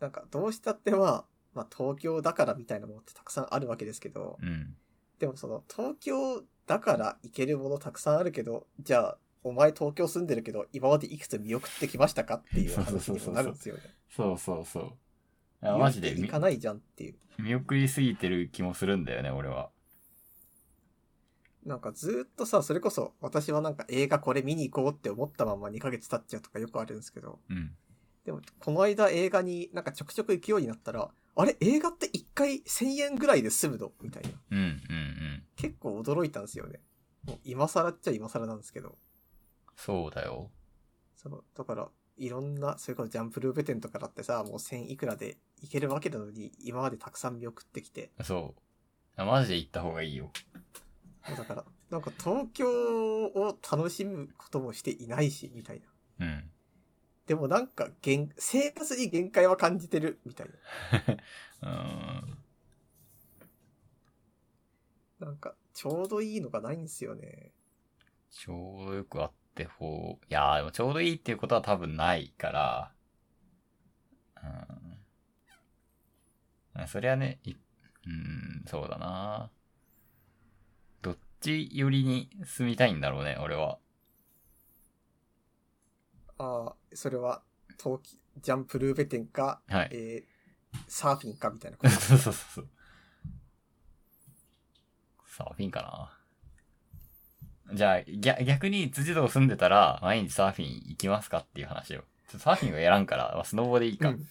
Speaker 1: なんかどうしたっては、まあ東京だからみたいなものってたくさんあるわけですけど、
Speaker 2: うん。
Speaker 1: でもその東京だから行けるものたくさんあるけど、じゃあお前東京住んでるけど今までいくつ見送ってきましたかっていう話にもなるんですよね。
Speaker 2: そうそうそう。あマジで
Speaker 1: 行
Speaker 2: み
Speaker 1: かないじゃんっていう。
Speaker 2: 見送りすぎてる気もするんだよね、俺は。
Speaker 1: なんかずーっとさ、それこそ私はなんか映画これ見に行こうって思ったまま2ヶ月経っちゃうとかよくあるんですけど、
Speaker 2: うん。
Speaker 1: でもこの間映画になんかちょくちょく行くようになったら、あれ映画って1回1000円ぐらいで済むのみたいな。
Speaker 2: うん、うん、うん。
Speaker 1: 結構驚いたんですよね。もう今更っちゃ今更なんですけど。
Speaker 2: そうだよ。
Speaker 1: その、だから、いろんな、それこそジャンプルーペテンとかだってさ、もう1000いくらで行けるわけなのに、今までたくさん見送ってきて。
Speaker 2: そう。あマジで行った方がいいよ。
Speaker 1: もうだから、 なんか東京を楽しむこともしていないし、みたいな。
Speaker 2: うん。
Speaker 1: でもなんか、限生活に限界は感じてる、みたいな。
Speaker 2: うーん。
Speaker 1: なんか、ちょうどいいのがないんですよね。
Speaker 2: ちょうどよくあってほう。いやー、でもちょうどいいっていうことは多分ないから。うん。あそりゃね、いうん、そうだなどっち寄りに住みたいんだろうね、俺は。
Speaker 1: ああ、それは、東京、ジャンプルーペテンか、
Speaker 2: はい。
Speaker 1: えー、サーフィンか、みたいなこ
Speaker 2: そ
Speaker 1: と。
Speaker 2: う そうそうそう。サーフィンかな。じゃあ、ぎゃ逆に辻堂住んでたら、毎日サーフィン行きますかっていう話を。ちょっとサーフィンはやらんから、まあスノボでいいか。
Speaker 1: うん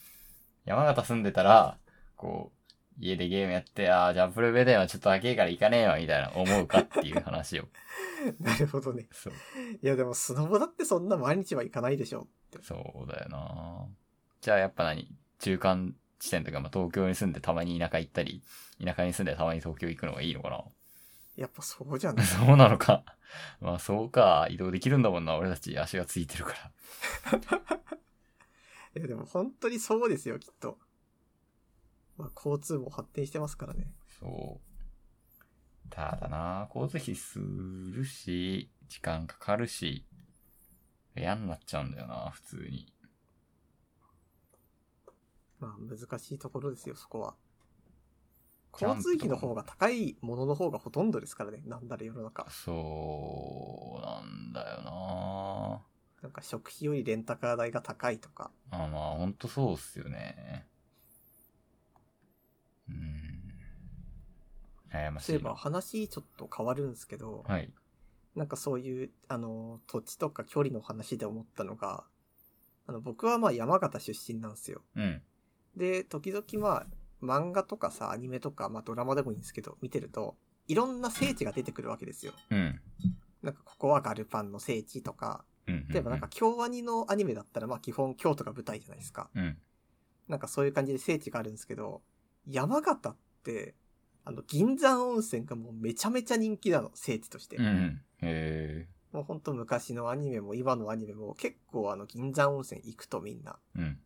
Speaker 2: 山形住んでたら、こう、家でゲームやって、ああ、じゃあプルベデンはちょっと高えから行かねえわ、みたいな思うかっていう 話を。
Speaker 1: なるほどね。
Speaker 2: そう。
Speaker 1: いや、でも、スノボだってそんな毎日は行かないでしょ。
Speaker 2: そうだよなじゃあやっぱ何中間地点とか、まあ、東京に住んでたまに田舎行ったり、田舎に住んでたまに東京行くのがいいのかな
Speaker 1: やっぱそうじゃない。
Speaker 2: そうなのか。まあそうか。移動できるんだもんな。俺たち足がついてるから。
Speaker 1: いや、でも本当にそうですよ、きっと。まあ、交通も発展してますからね。
Speaker 2: そう。ただな、交通費するし、時間かかるし、嫌になっちゃうんだよな、普通に。
Speaker 1: まあ、難しいところですよ、そこは。
Speaker 2: キャン
Speaker 1: 交
Speaker 2: プ
Speaker 1: 通費の方が高いものの方がほとんどですからね。なんだら世の中。
Speaker 2: そうなんだよな。
Speaker 1: なんか食費よりレンタカー代が高いとか。
Speaker 2: あまあ、ほんとそうっすよね。うん。悩ましい
Speaker 1: そういえ
Speaker 2: な。
Speaker 1: ば話ちょっと変わるんですけど、
Speaker 2: はい。
Speaker 1: なんかそういう、あの、土地とか距離の話で思ったのが、あの、僕はまあ山形出身なんですよ。
Speaker 2: うん。
Speaker 1: で、時々まあ、漫画とかさ、アニメとか、まあドラマでもいいんですけど、見てると、いろんな聖地が出てくるわけですよ。
Speaker 2: うん。
Speaker 1: なんかここはガルパンの聖地とか、
Speaker 2: うん。
Speaker 1: 例えばなんか、京アニのアニメだったらまあ基本京都が舞台じゃないですか。
Speaker 2: うん。
Speaker 1: なんかそういう感じで聖地があるんですけど、山形って、あの、銀山温泉がもうめちゃめちゃ人気なの、聖地として。
Speaker 2: うん。へ
Speaker 1: もうほんと昔のアニメも今のアニメも結構あの、銀山温泉行くとみんな。
Speaker 2: え。うん。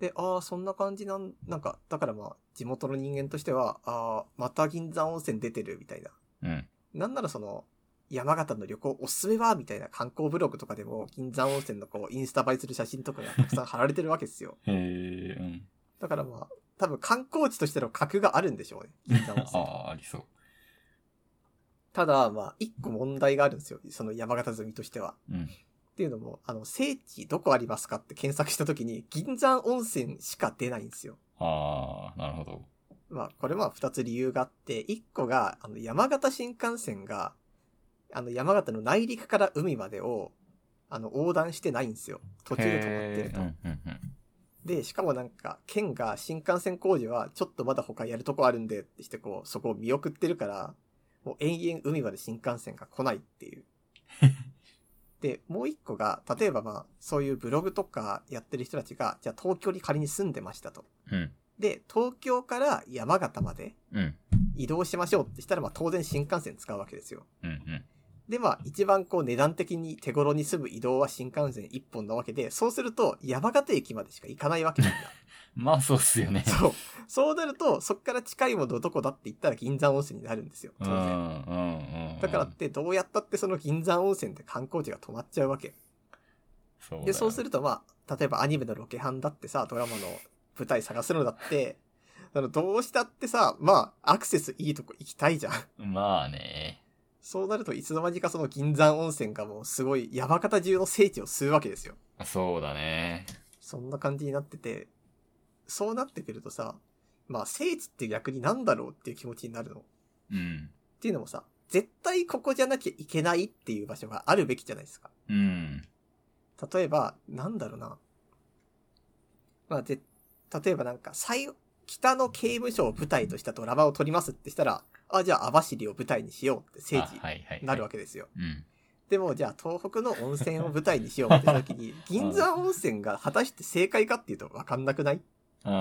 Speaker 1: で、ああ、そんな感じなん、なんか、だからまあ、地元の人間としては、ああ、また銀山温泉出てるみたいな。
Speaker 2: うん。
Speaker 1: なんならその、山形の旅行おすすめはみたいな観光ブログとかでも、銀山温泉のこう、インスタ映えする写真とかがたくさん貼られてるわけですよ。
Speaker 2: へえ。うん。
Speaker 1: だからまあ、多分観光地としての格があるんでしょうね。銀山温
Speaker 2: あ
Speaker 1: 泉。
Speaker 2: あ、ありそう。
Speaker 1: ただ、まあ、一個問題があるんですよ。その山形住みとしては。
Speaker 2: うん。
Speaker 1: っていうのも、あの、聖地どこありますかって検索した時に、銀山温泉しか出ないんですよ。
Speaker 2: ああ、なるほど。
Speaker 1: まあ、これは二つ理由があって、一個が、あの、山形新幹線が、あの、山形の内陸から海までを、あの、横断してないんですよ。途中で止まってると
Speaker 2: へ。えうんうんうん。
Speaker 1: で、しかもなんか、県が新幹線工事は、ちょっとまだ他やるとこあるんで、ってして、こう、そこを見送ってるから、もう延々海まで新幹線が来ないって いう。で、もう一個が、例えばまあ、そういうブログとかやってる人たちが、じゃあ東京に仮に住んでましたと。
Speaker 2: うん。
Speaker 1: で、東京から山形まで、
Speaker 2: うん。
Speaker 1: 移動しましょうってしたら、まあ当然新幹線使うわけですよ。
Speaker 2: うん。うん。
Speaker 1: で、まあ一番こう値段的に手頃に済む移動は新幹線一本なわけで、そうすると山形駅までしか行かないわけなんだ。
Speaker 2: まあ、そうっすよね。
Speaker 1: そう。そうなると、そっから近いものどこだって言ったら銀山温泉になるんですよ。当
Speaker 2: うん。
Speaker 1: 然。
Speaker 2: うん。うん。
Speaker 1: だからってどうやったってその銀山温泉で観光地が止まっちゃうわけ。
Speaker 2: そうだよ。
Speaker 1: で、そうするとまあ、例えばアニメのロケハンだってさ、ドラマの舞台探すのだって、あの、どうしたってさ、まあ、アクセスいいとこ行きたいじゃん。
Speaker 2: まあね。
Speaker 1: そうなるといつの間にかその銀山温泉がもうすごい山形中の聖地を吸うわけですよ。
Speaker 2: そうだね。
Speaker 1: そんな感じになってて、そうなってくるとさ、まあ聖地って逆に何だろうっていう気持ちになるの。っ
Speaker 2: うん。
Speaker 1: ていうのもさ、絶対ここじゃなきゃいけないっていう場所があるべきじゃないですか。
Speaker 2: うん。
Speaker 1: 例えば、なんだろうな。まあ、ぜ、例えばなんか、最、北の刑務所を舞台としたドラマを撮りますってしたら、あ、じゃあ網走を舞台にしようって聖地
Speaker 2: あはいはい。
Speaker 1: になるわけですよ。
Speaker 2: うん。
Speaker 1: でもじゃあ東北の温泉を舞台にしようって時に、銀座温泉が果たして正解かっていうと分かんなくない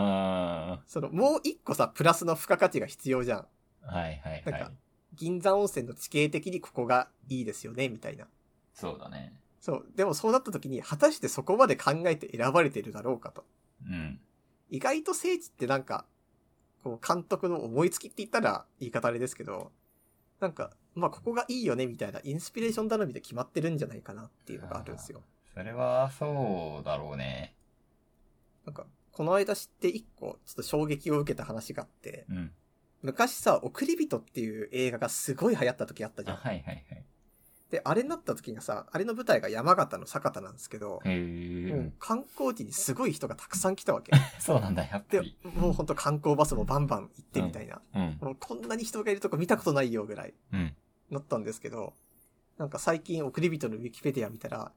Speaker 2: あ
Speaker 1: そのもう一個さ、プラスの付加価値が必要じゃん。
Speaker 2: あ。はいはい
Speaker 1: なん
Speaker 2: は
Speaker 1: か
Speaker 2: い。
Speaker 1: 銀座温泉の地形的にここがいいですよね、みたいな。
Speaker 2: そうだね。
Speaker 1: そう。でもそうなった時に、果たしてそこまで考えて選ばれてるだろうかと。
Speaker 2: うん。
Speaker 1: 意外と聖地ってなんか、こう監督の思いつきって言ったら言い方あれですけど、なんか、まあここがいいよね、みたいなインスピレーション頼みで決まってるんじゃないかなっていうのがあるんですよ。
Speaker 2: それは、そうだろうね。
Speaker 1: なんか、この間知って一個、ちょっと衝撃を受けた話があって、
Speaker 2: うん。
Speaker 1: 昔さ、送り人っていう映画がすごい流行った時あったじ
Speaker 2: あ、
Speaker 1: ゃん。
Speaker 2: はいはいはい。
Speaker 1: で、あれになった時がさ、あれの舞台が山形の酒田なんですけど、も
Speaker 2: へえ
Speaker 1: う。観光地にすごい人がたくさん来た わけ。
Speaker 2: そうなんだ、やっぱ
Speaker 1: で
Speaker 2: り。、
Speaker 1: もうほんと観光バスもバンバン行ってみたいな。
Speaker 2: うん。
Speaker 1: もうこんなに人がいるとこ見たことないよぐらい
Speaker 2: うん。
Speaker 1: なったんですけど、なんか最近送り人のウィキペディア見たら、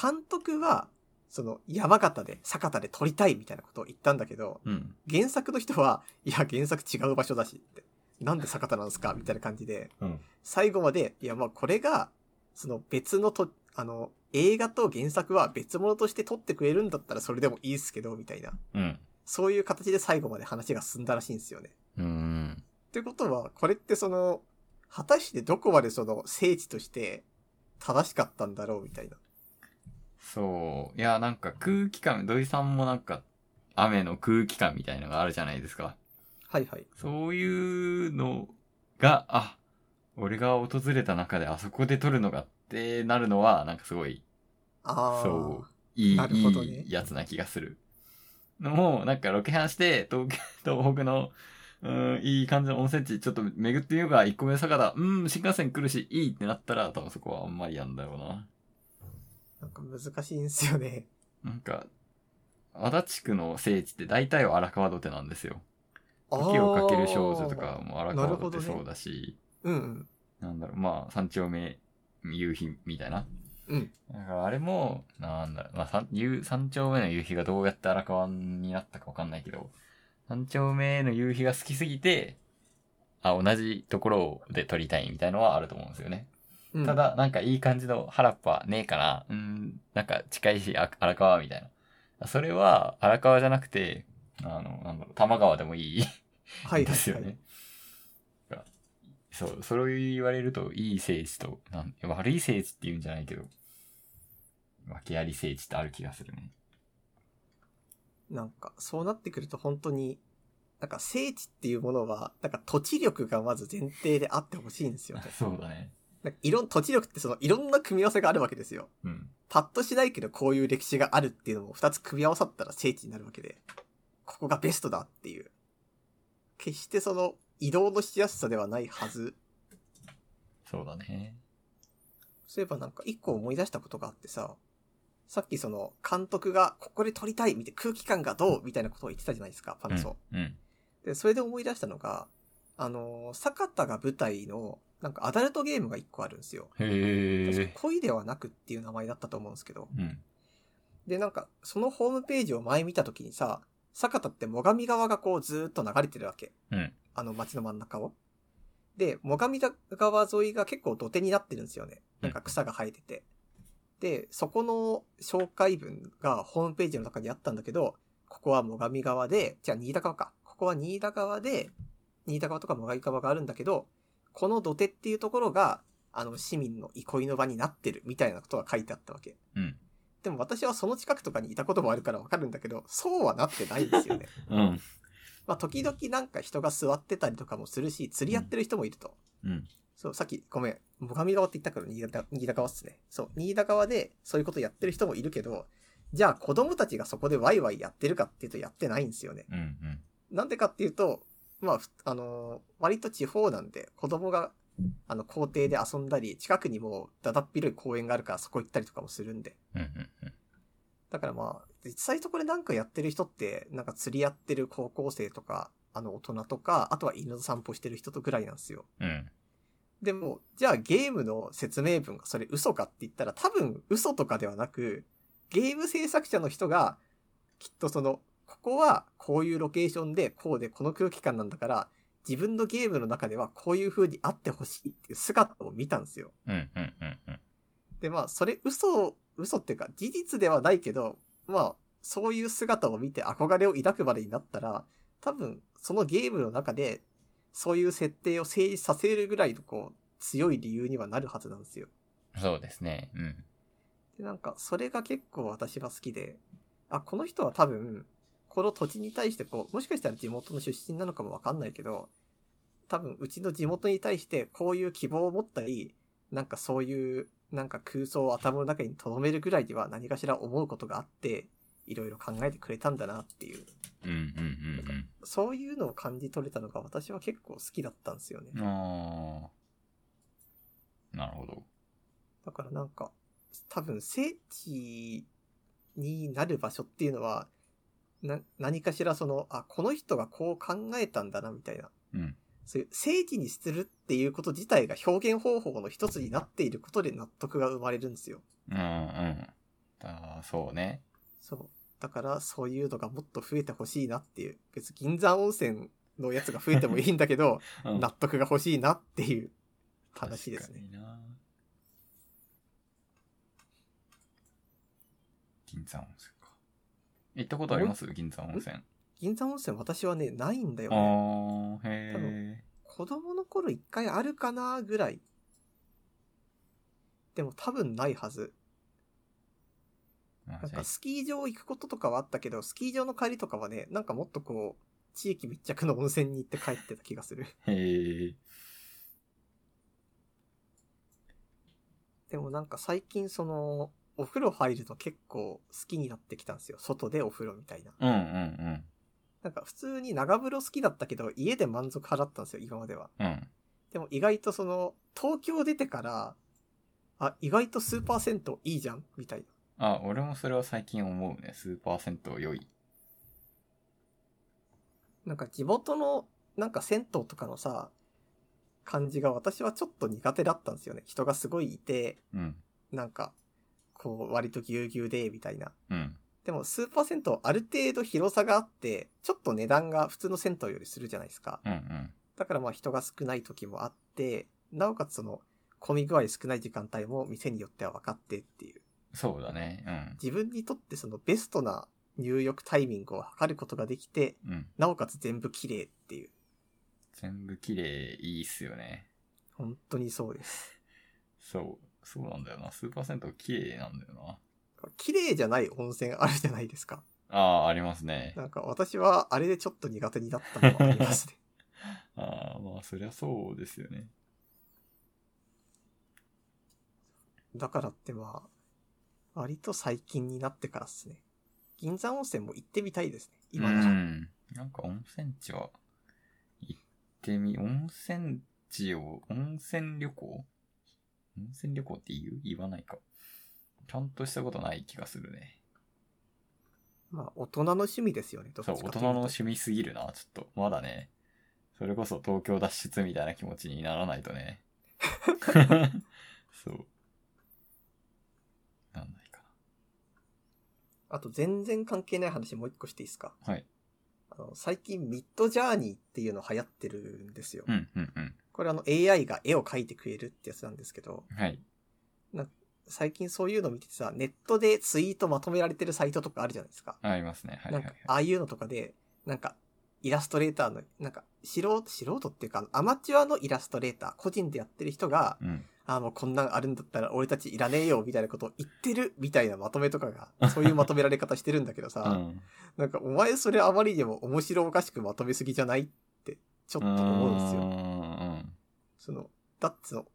Speaker 1: 監督は、その山形で、酒田で撮りたいみたいなことを言ったんだけど、
Speaker 2: うん。
Speaker 1: 原作の人は、 いや、原作違う場所だしって、なんで坂田なんですかみたいな感じで、
Speaker 2: うん。
Speaker 1: 最後まで、いや、まあこれが、その別のと、あの、映画と原作は別物として撮ってくれるんだったらそれでもいいっすけど、みたいな。
Speaker 2: うん。
Speaker 1: そういう形で最後まで話が進んだらしいんですよね。
Speaker 2: うん。
Speaker 1: ってことは、これってその、果たしてどこまでその聖地として正しかったんだろうみたいな。
Speaker 2: そう。いや、なんか空気感、土井さんもなんか、雨の空気感みたいのがあるじゃないですか。
Speaker 1: はいはい。
Speaker 2: そういうのが、あ、俺が訪れた中であそこで撮るのがってなるのは、なんかすごい、
Speaker 1: ああ。
Speaker 2: そう、いい、
Speaker 1: なるほどね
Speaker 2: いいやつな気がする。のも、なんかロケハンして、東京、 東北の、うん、いい感じの温泉地、ちょっと巡ってみようか、1個目坂だ、うん、新幹線来るし、いいってなったら、多分そこはあんまりやんだろうな。
Speaker 1: なんか難しいんですよね。
Speaker 2: なんか、足立区の聖地って大体は荒川土手なんですよ。
Speaker 1: あー
Speaker 2: 時をかける少女とか。も荒
Speaker 1: なる
Speaker 2: 川
Speaker 1: ほ
Speaker 2: 土
Speaker 1: ど
Speaker 2: 手
Speaker 1: ね
Speaker 2: そうだし、
Speaker 1: うんうん。
Speaker 2: なんだろう、まあ、三丁目夕日みたいな。
Speaker 1: うん。
Speaker 2: だからあれも、なんだろう、まあ三、夕三丁目の夕日がどうやって荒川になったかわかんないけど、三丁目の夕日が好きすぎて、あ、同じところで撮りたいみたいのはあると思うんですよね。
Speaker 1: うん
Speaker 2: ただ、なんかいい感じの原っぱねえかな。うん、なんか近いし、あ荒川みたいな。それは、荒川じゃなくて、あの、なんだろう、玉川でもいい
Speaker 1: はいはいはい
Speaker 2: ですよね。そう、それを言われると、いい聖地と、なん悪い聖地って言うんじゃないけど、訳あり聖地ってある気がするね。。
Speaker 1: なんか、そうなってくると本当に、なんか聖地っていうものは、なんか土地力がまず前提であってほしいんですよね
Speaker 2: そうだね。
Speaker 1: なんかいろん、土地力ってそのいろんな組み合わせがあるわけですよ。
Speaker 2: うん。
Speaker 1: パッとしないけどこういう歴史があるっていうのも二つ組み合わさったら聖地になるわけで、ここがベストだっていう。決してその移動のしやすさではないはず。
Speaker 2: そうだね。
Speaker 1: そういえばなんか一個思い出したことがあってさ、さっきその監督がここで撮りたいみたいな空気感がどうみたいなことを言ってたじゃないですか、パナソ。
Speaker 2: うん。うん。
Speaker 1: で、それで思い出したのが、あのー、坂田が舞台のなんかアダルトゲームが一個あるんですよ。確か
Speaker 2: へえ。
Speaker 1: 恋ではなくっていう名前だったと思うんですけど。
Speaker 2: うん。
Speaker 1: で、なんか、そのホームページを前見たときにさ、坂田って最上川がこうずーっと流れてるわけ。
Speaker 2: うん。
Speaker 1: あの街の真ん中を。で、最上川沿いが結構土手になってるんですよね。なんか草が生えてて。で、そこの紹介文がホームページの中にあったんだけど、ここは最上川で、じゃあ新田川か。ここは新田川で、新田川とか最上川があるんだけど、この土手っていうところが、あの市民の憩いの場になってるみたいなことが書いてあったわけ。
Speaker 2: うん。
Speaker 1: でも私はその近くとかにいたこともあるからわかるんだけど、そうはなってないんですよね。
Speaker 2: うん。
Speaker 1: まあ時々なんか人が座ってたりとかもするし、釣りやってる人もいると。
Speaker 2: うん。
Speaker 1: そう、さっき、ごめん。最上川って言ったから、新潟、新潟川っすね。そう、新潟川で、そういうことやってる人もいるけど、じゃあ子供たちがそこでワイワイやってるかっていうとやってないんですよね。
Speaker 2: うん。うん。
Speaker 1: なんでかっていうと、まあ、ふあのー割と地方なんで、子供が、あの、校庭で遊んだり、近くにもうだだっ広い公園があるからそこ行ったりとかもするんで。
Speaker 2: うん。うん。
Speaker 1: だからまあ、実際とこれなんかやってる人って、なんか釣りやってる高校生とか、あの大人とか、あとは犬の散歩してる人とぐらいなんですよ。
Speaker 2: うん。
Speaker 1: でも、じゃあゲームの説明文がそれ嘘かって言ったら多分嘘とかではなく、ゲーム制作者の人が、きっとその、ここはこういうロケーションでこうでこの空気感なんだから、自分のゲームの中ではこういう風にあってほしいっていう姿を見たんですよ。
Speaker 2: うん。うん。うん。うん。
Speaker 1: で、まあ、それ嘘を、嘘っていうか、事実ではないけど、まあ、そういう姿を見て憧れを抱くまでになったら、多分、そのゲームの中で、そういう設定を成立させるぐらいの、こう、強い理由にはなるはずなんですよ。
Speaker 2: そうですね。うん。
Speaker 1: で、なんか、それが結構私は好きで、あ、この人は多分、この土地に対して、こう、もしかしたら地元の出身なのかもわかんないけど、多分、うちの地元に対して、こういう希望を持ったり、なんかそういう、なんか空想を頭の中に留めるぐらいには何かしら思うことがあって、いろいろ考えてくれたんだなっていう、
Speaker 2: うん。うん。
Speaker 1: そういうのを感じ取れたのが私は結構好きだったんですよね
Speaker 2: うん。うん。。ああ。なるほど。
Speaker 1: だからなんか、多分聖地になる場所っていうのは、な、何かしらその、あ、この人がこう考えたんだな、みたいな。
Speaker 2: うん。
Speaker 1: そういう聖地にするっていうこと自体が表現方法の一つになっていることで納得が生まれるんですよ。
Speaker 2: うん。うん。ああ、そうね。
Speaker 1: そう。だからそういうのがもっと増えてほしいなっていう。別に銀山温泉のやつが増えてもいいんだけど、
Speaker 2: うん
Speaker 1: 納得が欲しいなっていう話ですね。
Speaker 2: 確かにな。銀山温泉か。行ったことあります銀山温泉。
Speaker 1: 銀山温泉私はね、ないんだよね。
Speaker 2: ああ、へえ。
Speaker 1: 子供の頃一回あるかなぐらい。でも多分ないはず。
Speaker 2: あ
Speaker 1: なん
Speaker 2: じゃ
Speaker 1: かスキー場行くこととかはあったけど、スキー場の帰りとかはね、なんかもっとこう、地域密着の温泉に行って帰ってた気がする。
Speaker 2: あへえ。
Speaker 1: でもなんか最近その、お風呂入るの結構好きになってきたんですよ。外でお風呂みたいな。
Speaker 2: うんうんうん。
Speaker 1: なんか普通に長風呂好きだったけど、家で満足払ったんですよ、今までは。
Speaker 2: うん。
Speaker 1: でも意外とその、東京出てから、あ、意外とスーパー銭湯いいじゃん、みたいな。
Speaker 2: あ、俺もそれは最近思うね。スーパー銭湯良い。
Speaker 1: なんか地元の、なんか銭湯とかのさ、感じが私はちょっと苦手だったんですよね。人がすごいいて、
Speaker 2: うん。
Speaker 1: なんか、こう割とぎゅうぎゅうで、みたいな。
Speaker 2: うん。
Speaker 1: でもスーパー銭湯ある程度広さがあって、ちょっと値段が普通の銭湯よりするじゃないですか。
Speaker 2: うんうん。
Speaker 1: だからまあ人が少ない時もあって、なおかつその、混み具合少ない時間帯も店によっては分かってっていう。
Speaker 2: そうだね。
Speaker 1: 自分にとってそのベストな入浴タイミングを測ることができて、
Speaker 2: うん。うん。
Speaker 1: なおかつ全部綺麗っていう。
Speaker 2: 全部綺麗、いいっすよね。
Speaker 1: 本当にそうです。
Speaker 2: そう、そうなんだよな。スーパー銭湯綺麗なんだよな。
Speaker 1: 綺麗じゃない温泉あるじゃないですか。
Speaker 2: ああ、ありますね。
Speaker 1: なんか私はあれでちょっと苦手になったのはあります ね。
Speaker 2: ああ、まあ、そりゃそうですよね。
Speaker 1: だからってまあ、割と最近になってからですね。銀山温泉も行ってみたいですね。今な
Speaker 2: う
Speaker 1: ら。
Speaker 2: ん。なんか温泉地は、行ってみ、温泉地を、温泉旅行温泉旅行って言う言わないか。ちゃんとしたことない気がするね。
Speaker 1: まあ、大人の趣味ですよね、どっち
Speaker 2: そ
Speaker 1: かとい
Speaker 2: う、大
Speaker 1: うと
Speaker 2: 人の趣味すぎるな、ちょっと。まだね、それこそ東京脱出みたいな気持ちにならない とね。そう。なんないか
Speaker 1: あと全然関係ない話もう一個していいですか
Speaker 2: な。はい。
Speaker 1: あの、最近ミッドジャーニーっていうの流行ってるんですよ。
Speaker 2: うん、うん、う
Speaker 1: これあの AI が絵を描いてくれるってやつなんですけど、
Speaker 2: ん。はい。
Speaker 1: 最近そういうの見ててさ、ネットでツイートまとめられてるサイトとかあるじゃないですか。
Speaker 2: ありますね。はい、
Speaker 1: なん
Speaker 2: はい、は
Speaker 1: か
Speaker 2: い、。
Speaker 1: ああいうのとかで、なんか、イラストレーターの、なんか、素人、素人っていうか、アマチュアのイラストレーター、個人でやってる人が、
Speaker 2: うん。
Speaker 1: ああ、もうこんなんあるんだったら俺たちいらねえよ、みたいなことを言ってる、みたいなまとめとかが、そういうまとめられ方してるんだけど
Speaker 2: う
Speaker 1: さ、
Speaker 2: ん。
Speaker 1: なんか、お前それあまりにも面白おかしくまとめすぎじゃないって、ちょっと思うんです
Speaker 2: う
Speaker 1: よ。
Speaker 2: んうん。
Speaker 1: その、だってその、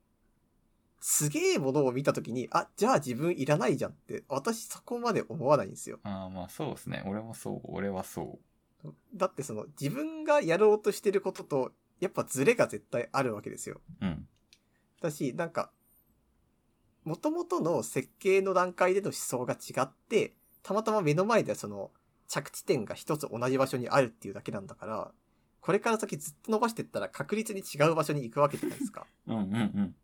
Speaker 1: すげえものを見たときに、あ、じゃあ自分いらないじゃんって、私そこまで思わないんですよ。
Speaker 2: ああ、まあそうですね。俺もそう。俺はそう。
Speaker 1: だってその自分がやろうとしてることと、やっぱズレが絶対あるわけですよ。
Speaker 2: うん。
Speaker 1: だし、なんか、元々の設計の段階での思想が違って、たまたま目の前でその着地点が一つ同じ場所にあるっていうだけなんだから、これから先ずっと伸ばしてったら確率に違う場所に行くわけじゃないですか。
Speaker 2: うんうんうん。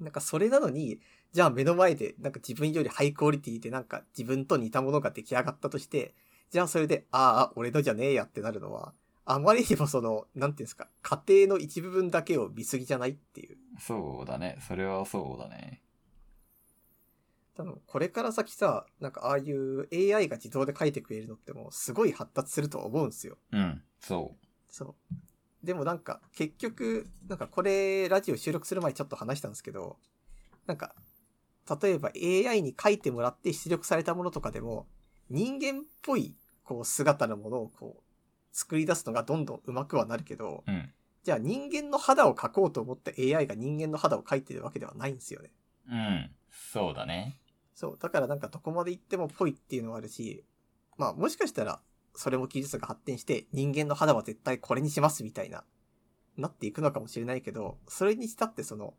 Speaker 1: なんかそれなのに、じゃあ目の前でなんか自分よりハイクオリティでなんか自分と似たものが出来上がったとして、じゃあそれで、ああ、俺のじゃねえやってなるのは、あまりにもその、なんていうんですか、家庭の一部分だけを見すぎじゃないっていう。
Speaker 2: そうだね。それはそうだね。
Speaker 1: 多分これから先さ、なんかああいう AI が自動で書いてくれるのってもうすごい発達すると思うんですよ。
Speaker 2: うん。そ
Speaker 1: そう。でもなんか、結局、なんかこれ、ラジオ収録する前にちょっと話したんですけど、なんか、例えば AI に書いてもらって出力されたものとかでも、人間っぽい、こう、姿のものをこう、作り出すのがどんどん上手くはなるけど、
Speaker 2: う。うん。
Speaker 1: じゃあ人間の肌を描こうと思って AI が人間の肌を描いてるわけではないんですよね。
Speaker 2: うん。そうだね。
Speaker 1: そう。だからなんかどこまで行ってもぽいっていうのはあるし、まあもしかしたらそれも技術が発展して人間の肌は絶対これにしますみたいな、なっていくのかもしれないけど、それにしたってその、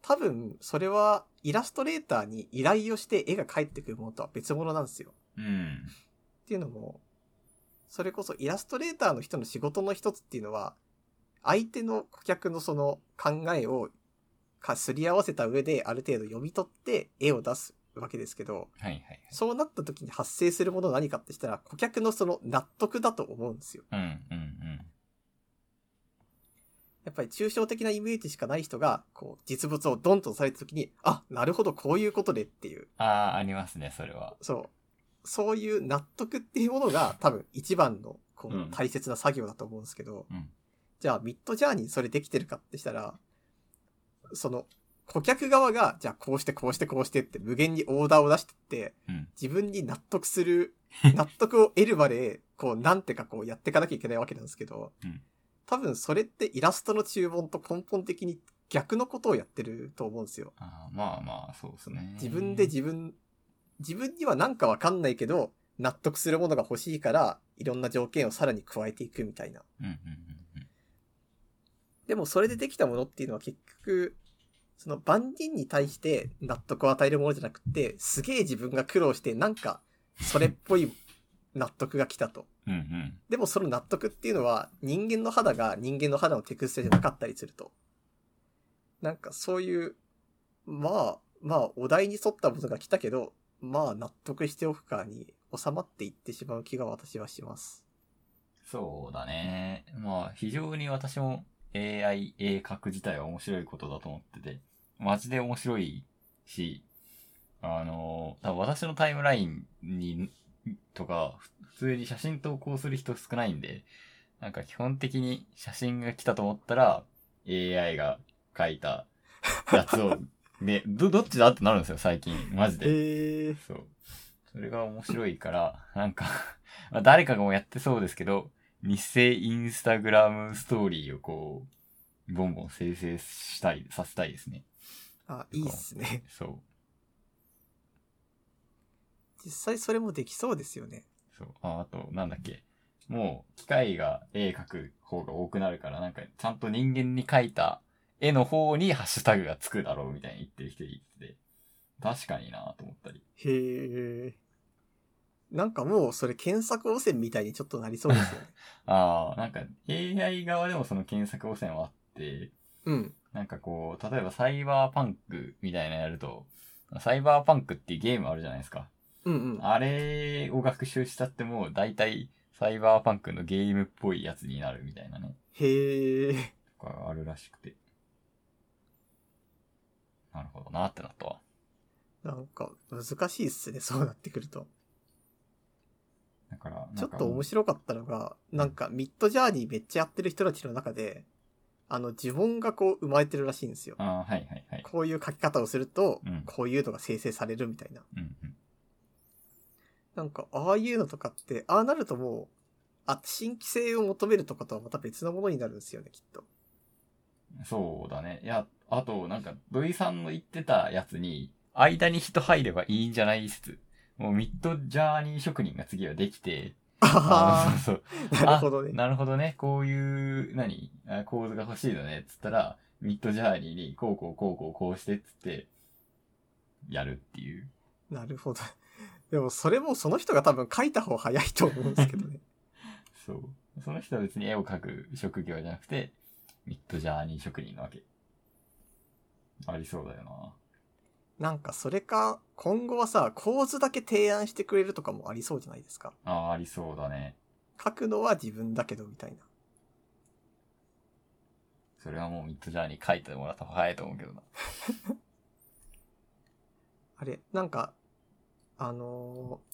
Speaker 1: 多分それはイラストレーターに依頼をして絵が返ってくるものとは別物なんですよ。
Speaker 2: うん。
Speaker 1: っていうのも、それこそイラストレーターの人の仕事の一つっていうのは、相手の顧客のその考えをかすり合わせた上である程度読み取って絵を出すわけですけど、
Speaker 2: はいはいはい。
Speaker 1: そうなった時に発生するもの何かってしたら、顧客のその納得だと思うんですよ。
Speaker 2: うんうん
Speaker 1: やっぱり抽象的なイメージしかない人が、こう、実物をドンとされた時に、あ、なるほど、こういうことでっていう、
Speaker 2: うん。ああ、ありますね、それは。
Speaker 1: そう、そういう納得っていうものが多分一番の、こ
Speaker 2: うん
Speaker 1: う、大切な作業だと思うんですけど、
Speaker 2: うん。
Speaker 1: じゃあミッドジャーニーそれできてるかってしたら、その顧客側が、じゃあこうしてこうしてこうしてって無限にオーダーを出してって、
Speaker 2: うん。
Speaker 1: 自分に納得す る、納得を得るまで、こうなんてかこうやっていかなきゃいけないわけなんですけど、
Speaker 2: うん
Speaker 1: 多分それってイラストの注文と根本的に逆のことをやってると思うんですよ。
Speaker 2: ああ、まあまあ、そうですね。
Speaker 1: 自分で自分、自分にはなんかわかんないけど、納得するものが欲しいから、いろんな条件をさらに加えていくみたいな。
Speaker 2: うんうん
Speaker 1: でもそれでできたものっていうのは結局、その万人に対して納得を与えるものじゃなくて、すげえ自分が苦労して、なんか、それっぽい納得が来たと。
Speaker 2: うんうん。うんうん。
Speaker 1: でもその納得っていうのは、人間の肌が人間の肌のテクスチャじゃなかったりすると。なんかそういう、まあ、まあ、お題に沿ったものが来たけど、まあ、納得しておくかに収まっていってしまう気が私はします。
Speaker 2: そうだね。まあ、非常に私も AI、絵描く自体は面白いことだと思ってて、マジで面白いし、あの、多分私のタイムラインに、とか、ふ普通に写真投稿する人少ないんで、なんか基本的に写真が来たと思ったら、 AI が書いたやつを、ね、ど、どっちだってなるんですよ、最近。マジで。
Speaker 1: ええ
Speaker 2: そう。それが面白いから、なんか、 まあ、誰かがもうやってそうですけど、日生インスタグラムストーリーをこう、ボンボン生成したい、させたいですね。
Speaker 1: あ、いいっすね。
Speaker 2: そ
Speaker 1: 実際それもできそうですよね。
Speaker 2: う。そう。あ、あと、なんだっけ。もう、機械が絵描く方が多くなるから、なんか、ちゃんと人間に描いた絵の方にハッシュタグがつくだろうみたいに言ってる人いて、確かになと思ったり。
Speaker 1: へえ。なんかもうそれ検索汚染みたいにちょっとなりそうですよね。
Speaker 2: ああ、なんか AI 側でもその検索汚染はあって、
Speaker 1: うん。
Speaker 2: なんかこう、例えばサイバーパンクみたいなのやると、サイバーパンクっていうゲームあるじゃないですか。
Speaker 1: うんうん。
Speaker 2: あれを学習したってもう大体サイバーパンクのゲームっぽいやつになるみたいなね、
Speaker 1: へえ。
Speaker 2: とかがあるらしくて。なるほどなってなったわ。
Speaker 1: なんか難しいっすね、そうなってくると。
Speaker 2: だからなんか、
Speaker 1: ちょっと面白かったのが、なんかミッドジャーニーめっちゃやってる人たちの中で、あの、呪文がこう生まれてるらしいんですよ。
Speaker 2: ああ、はいはいはい。
Speaker 1: こういう書き方をすると
Speaker 2: うん、
Speaker 1: こういうのが生成されるみたいな。
Speaker 2: うんうん。
Speaker 1: なんか、ああいうのとかって、ああなるともう、あ、新規性を求めるとかとはまた別のものになるんですよね、きっと。
Speaker 2: そうだね。いや、あと、なんか、土井さんの言ってたやつに、間に人入ればいいんじゃない説。もうミッドジャーニー職人が次はできて、
Speaker 1: あ
Speaker 2: のそうそう。
Speaker 1: あ、 なるほどね。
Speaker 2: なるほどね。こういう、何あ構図が欲しいのね。つったら、ミッドジャーニーに、こうこうこうこうこうして、つって、やるっていう。
Speaker 1: なるほど。 でも、それもその人が多分書いた方早いと思うんですけどね。
Speaker 2: そう。その人は別に絵を描く職業じゃなくて、ミッドジャーニー職人なわけ。ありそうだよな。
Speaker 1: なんか、それか、今後はさ、構図だけ提案してくれるとかもありそうじゃないですか。
Speaker 2: ああー、ありそうだね。
Speaker 1: 書くのは自分だけど、みたいな。
Speaker 2: それはもうミッドジャーニー書いてもらった方が早いと思うけどな。
Speaker 1: あれ、なんか、あのー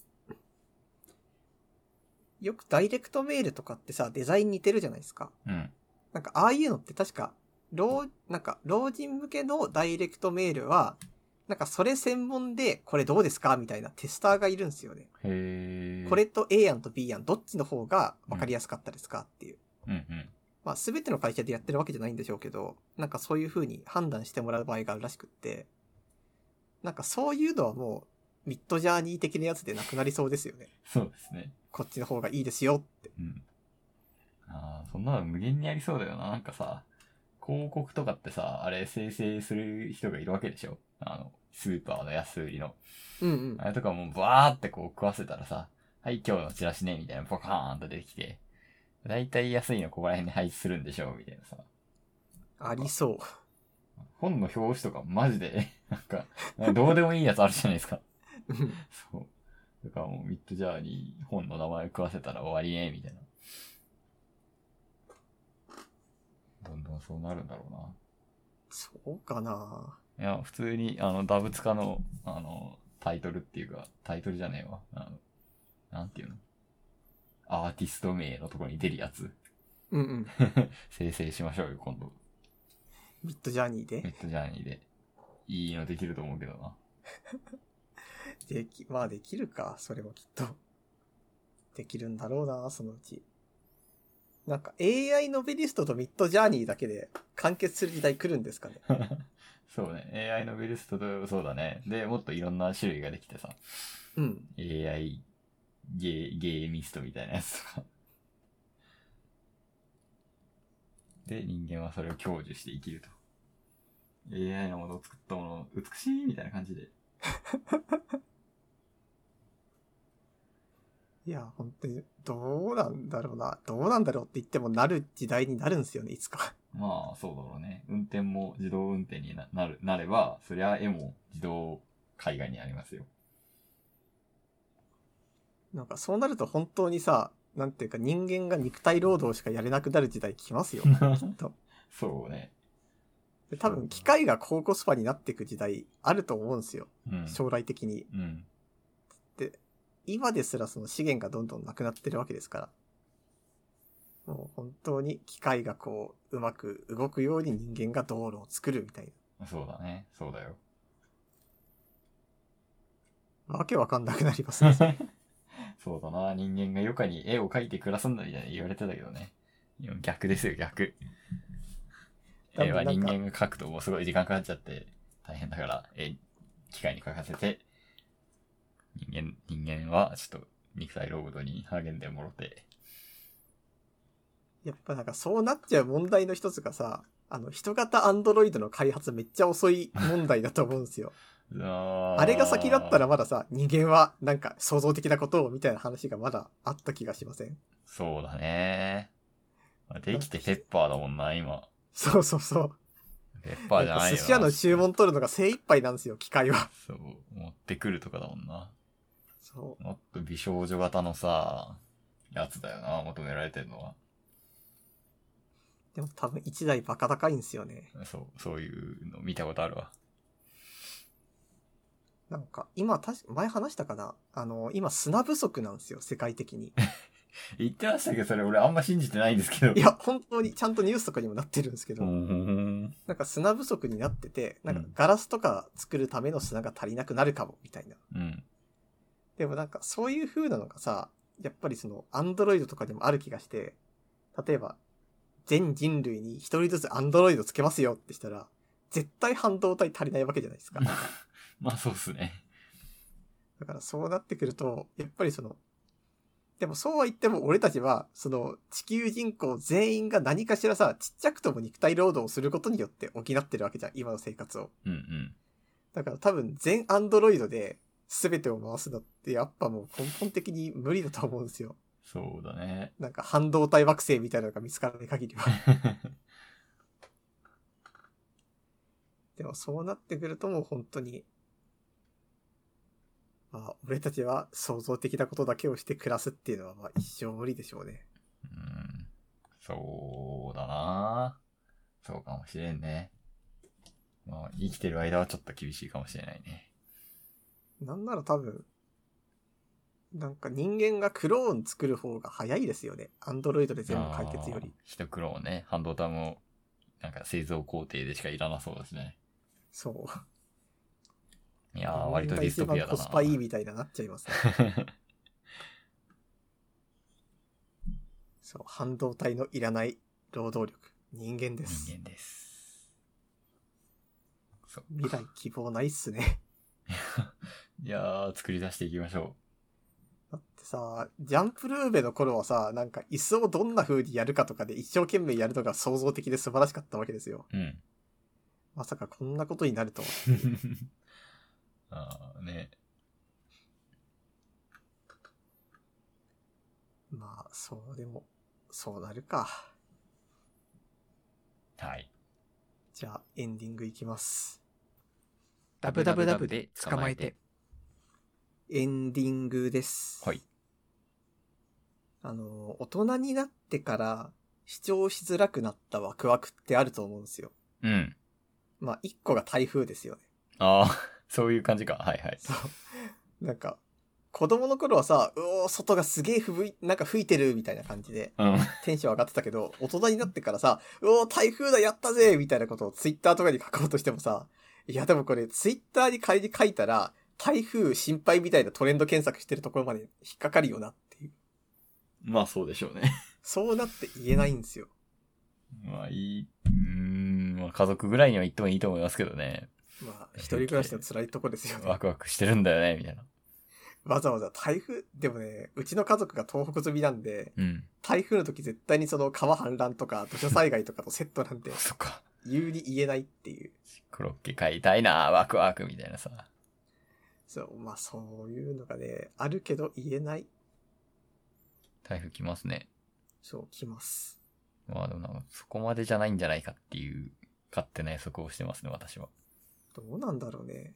Speaker 1: よくダイレクトメールとかってさ、デザイン似てるじゃないですか。
Speaker 2: うん。
Speaker 1: なんか、ああいうのって確か、老、なんか、老人向けのダイレクトメールは、なんか、それ専門で、これどうですかみたいなテスターがいるんですよね。
Speaker 2: へえ。
Speaker 1: これと A 案と B 案、どっちの方が分かりやすかったですかっていう。
Speaker 2: うんうん。
Speaker 1: まあ、すべての会社でやってるわけじゃないんでしょうけど、なんかそういう風に判断してもらう場合があるらしくって、なんかそういうのはもう、ミッドジャーニー的なやつでなくなりそうですよね。
Speaker 2: そうですね。
Speaker 1: こっちの方がいいですよって。
Speaker 2: うん。ああ、そんなの無限にありそうだよな。なんかさ、広告とかってさ、あれ生成する人がいるわけでしょあの、スーパーの安売りの。
Speaker 1: うんうん
Speaker 2: あ。れとかもうバーってこう食わせたらさ、はい、今日のチラシね、みたいなボカーンと出てきて、だいたい安いのここら辺に配置するんでしょみたいなさ。
Speaker 1: ありそう。
Speaker 2: 本の表紙とかマジで、なんか、どうでもいいやつあるじゃないですか。
Speaker 1: うん
Speaker 2: そう。だからもうミッドジャーに本の名前食わせたら終わりね、みたいな。どんどんそうなるんだろう
Speaker 1: そうかな
Speaker 2: な。いや、普通に、あの、ダブツカの、あの、タイトルっていうか、タイトルじゃねえわ。あの、なんていうのアーティスト名のところに出るやつ。
Speaker 1: うんうん。
Speaker 2: 生成しましょうよ、今度。
Speaker 1: ミッドジャーニーで
Speaker 2: ミ。ッドジャーニーで。いいのできると思うけどな。
Speaker 1: でき、まあできるか、それもきっと。 できるんだろうな、そのうち。なんか AI ノベリストとミッドジャーニーだけで完結する時代来るんですかね。
Speaker 2: そうね。AI ノベリストと、そうだね。で、もっといろんな種類ができてさ。
Speaker 1: うん。
Speaker 2: AI ゲー、ゲーミストみたいなやつとか。 で、人間はそれを享受して生きると。AI のものを作ったもの、美しいみたいな感じで。
Speaker 1: いや、本当に、どうなんだろうな。どうなんだろうって言ってもなる時代になるんですよね、いつか。
Speaker 2: まあ、そうだろうね。運転も自動運転にななる、なれば、そりゃ絵も自動絵画になりますよ。
Speaker 1: なんかそうなると本当にさ、なんていうか人間が肉体労働しかやれなくなる時代来ますよ。 きっと。
Speaker 2: そうね。
Speaker 1: で多分機械が高コスパになっていく時代あると思うんですよ。
Speaker 2: うん。
Speaker 1: 将来的に。
Speaker 2: うん。
Speaker 1: 今ですらその資源がどんどんなくなってるわけですから。もう本当に機械がこう、うまく動くように人間が道路を作るみたい
Speaker 2: そうだね。そうだよ。
Speaker 1: な。わけわかんなくなり ますね。それ
Speaker 2: そうだな。人間が余暇に絵を描いて暮らすんだみたいに言われてたけどね。いや逆ですよ、逆。
Speaker 1: 多分
Speaker 2: 絵は
Speaker 1: なん
Speaker 2: 人
Speaker 1: か
Speaker 2: 間が描くともうすごい時間かかっちゃって大変だから、絵、機械に描かせて、人間、人間はちょっと肉体労働に励んでもろて。
Speaker 1: やっぱなんかそうなっちゃう問題の一つがさ、あの、人型アンドロイドの開発めっちゃ遅い問題だと思うんですよ。
Speaker 2: あ
Speaker 1: あれが先だったらまださ、人間はなんか創造的なことをみたいな話がまだあった気がしません。
Speaker 2: そうだね。できてペッパーだもんな、今。
Speaker 1: そうそうそう。
Speaker 2: ペッパーじ
Speaker 1: な
Speaker 2: ゃないよ
Speaker 1: んか
Speaker 2: な。
Speaker 1: 寿司屋の注文取るのが精一杯なんですよ、機械は。
Speaker 2: そう、持ってくるとかだもんな。
Speaker 1: そ
Speaker 2: もっと美少女型のさ、やつだよな、求められてるのは。
Speaker 1: う。でも多分一台バカ高いんですよね。
Speaker 2: そう、そういうの見たことあるわ。
Speaker 1: なんか、今、たし、前話したかなあの、今砂不足なんですよ、世界的に。
Speaker 2: 言ってましたけど、それ俺あんま信じてないんですけど。
Speaker 1: い、や、本当にちゃんとニュースとかにもなってるんですけ
Speaker 2: う
Speaker 1: ど、
Speaker 2: ん。
Speaker 1: なんか砂不足になってて、なんか
Speaker 2: うん
Speaker 1: ガラスとか作るための砂が足りなくなるかも、みたいな。
Speaker 2: うん。
Speaker 1: でもなんかそういう風なのがさ、やっぱりその、アンドロイドとかでもある気がして、例えば、全人類に一人ずつアンドロイドつけますよってしたら、絶対半導体足りないわけじゃないですか。
Speaker 2: まあそうっすね。
Speaker 1: だからそうなってくると、やっぱりその、でもそうは言っても俺たちは、その地球人口全員が何かしらさ、ちっちゃくとも肉体労働をすることによって補ってるわけじゃん、今の生活を。
Speaker 2: うんうん。
Speaker 1: だから多分全アンドロイドで全てを回すのってやっぱもう根本的に無理だと思うんですよ。
Speaker 2: そうだね。
Speaker 1: なんか半導体惑星みたいなのが見つからない限りは。 でもそうなってくるともう本当に、まあ俺たちは創造的なことだけをして暮らすっていうのはまあ一生無理でしょうね。
Speaker 2: うん。そうだなそうかもしれんね。まあ、生きてる間はちょっと厳しいかもしれないね。
Speaker 1: なんなら多分、なんか人間がクローン作る方が早いですよね。アンドロイドで全部解決より
Speaker 2: あー。。一苦労ね。半導体も、なんか製造工程でしかいらなそうですね。
Speaker 1: そう。
Speaker 2: いやー、割とディストピアだな。
Speaker 1: 一番コスパいいみたいななっちゃいますね。そう。半導体のいらない労働力。人間です。
Speaker 2: 人間です。そう。
Speaker 1: 未来希望ないっすね。
Speaker 2: いやー、作り出していきましょ
Speaker 1: だってさ、ジャンプルーベの頃はさ、なんか椅子をどんな風にやるかとかで一生懸命やるのが創造的で素晴らしかったわけですよ。
Speaker 2: う。うん。
Speaker 1: まさかこんなことになるとは。
Speaker 2: あーね。
Speaker 1: まあ、そうでも、そうなるか。
Speaker 2: はい。
Speaker 1: じゃあ、エンディングいきます。
Speaker 3: ダブダブダブで捕まえて。
Speaker 1: エンディングです。
Speaker 2: はい。
Speaker 1: あの、大人になってから視聴しづらくなったワクワクってあると思うんですよ。
Speaker 2: うん。
Speaker 1: まあ、一個が台風ですよね。
Speaker 2: ああ、 そういう感じか。はいはい。
Speaker 1: そう。 なんか、子供の頃はさ、うおー、外がすげえ吹い、なんか吹いてるみたいな感じで
Speaker 2: うん。
Speaker 1: テンション上がってたけど、大人になってからさ、うおー、台風だ、やったぜみたいなことをツイッターとかに書こうとしてもさ、いやでもこれツイッターに仮に書いたら、台風心配みたいなトレンド検索してるところまで引っかかるよなっていう。
Speaker 2: まあそうでしょうね。
Speaker 1: そうなって言えないんですよ。
Speaker 2: まあいい。うーん、まあ家族ぐらいには言ってもいいと思いますけどね。
Speaker 1: まあ、一人暮らしの辛いとこですよね。
Speaker 2: ワクワクしてるんだよね、みたいな。
Speaker 1: わざわざ台風、でもね、うちの家族が東北済みなんで、
Speaker 2: うん。
Speaker 1: 台風の時絶対にその川氾濫とか土砂災害とかとセットなんで、
Speaker 2: そっか。
Speaker 1: 言うに言えないっていう。
Speaker 2: コロッケ買いたいな、ワクワクみたいなさ。
Speaker 1: そう、まあそういうのがね、あるけど言えない。
Speaker 2: 台風来ますね。
Speaker 1: そう、来ます。
Speaker 2: まあでもなんか、そこまでじゃないんじゃないかっていう、勝手な予測をしてますね、私は。
Speaker 1: どうなんだろうね。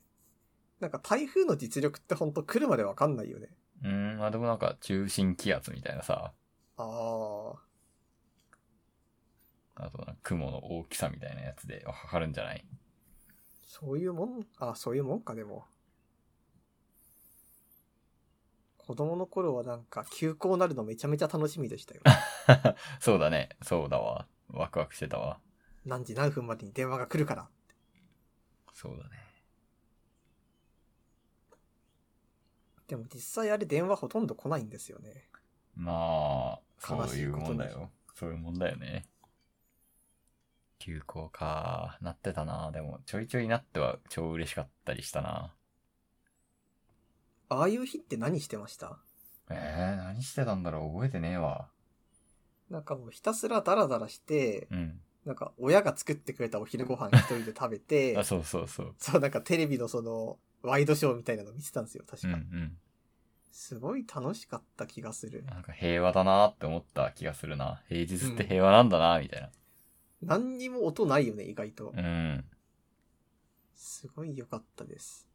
Speaker 1: なんか台風の実力ってほんと来るまでわかんないよね。
Speaker 2: うーん、まあでもなんか、中心気圧みたいなさ、
Speaker 1: ああ、
Speaker 2: あとなんか雲の大きさみたいなやつでわかるんじゃない
Speaker 1: そういうもん、あそういうもんかでも。子供の頃はなんか休校なるのめちゃめちゃ楽しみでしたよ。
Speaker 2: そうだね。そうだわ。ワクワクしてたわ。
Speaker 1: 何時何分までに電話が来るから。
Speaker 2: そうだね。
Speaker 1: でも実際あれ電話ほとんど来ないんですよね。
Speaker 2: まあ、そう
Speaker 1: 悲し
Speaker 2: い
Speaker 1: いうことに
Speaker 2: もんだよ。そういうもんだよね。休校か。なってたな。でも、ちょいちょいなっては超嬉しかったりしたな。
Speaker 1: ああいう日って何してました
Speaker 2: えー、何してたんだろう覚えてねえわ。
Speaker 1: なんかもうひたすらダラダラして、
Speaker 2: うん。
Speaker 1: なんか親が作ってくれたお昼ご飯一人で食べて
Speaker 2: あ、、そうそうそう。
Speaker 1: そうなんかテレビのそのワイドショーみたいなの見てたんですよ、確
Speaker 2: う
Speaker 1: か。
Speaker 2: んうん。
Speaker 1: すごい楽しかった気がする。
Speaker 2: なんか平和だなって思った気がするな。平日って平和なんだなみたいな。
Speaker 1: 何にも音ないよね、意外と
Speaker 2: う。ん。
Speaker 1: すごい良かったです。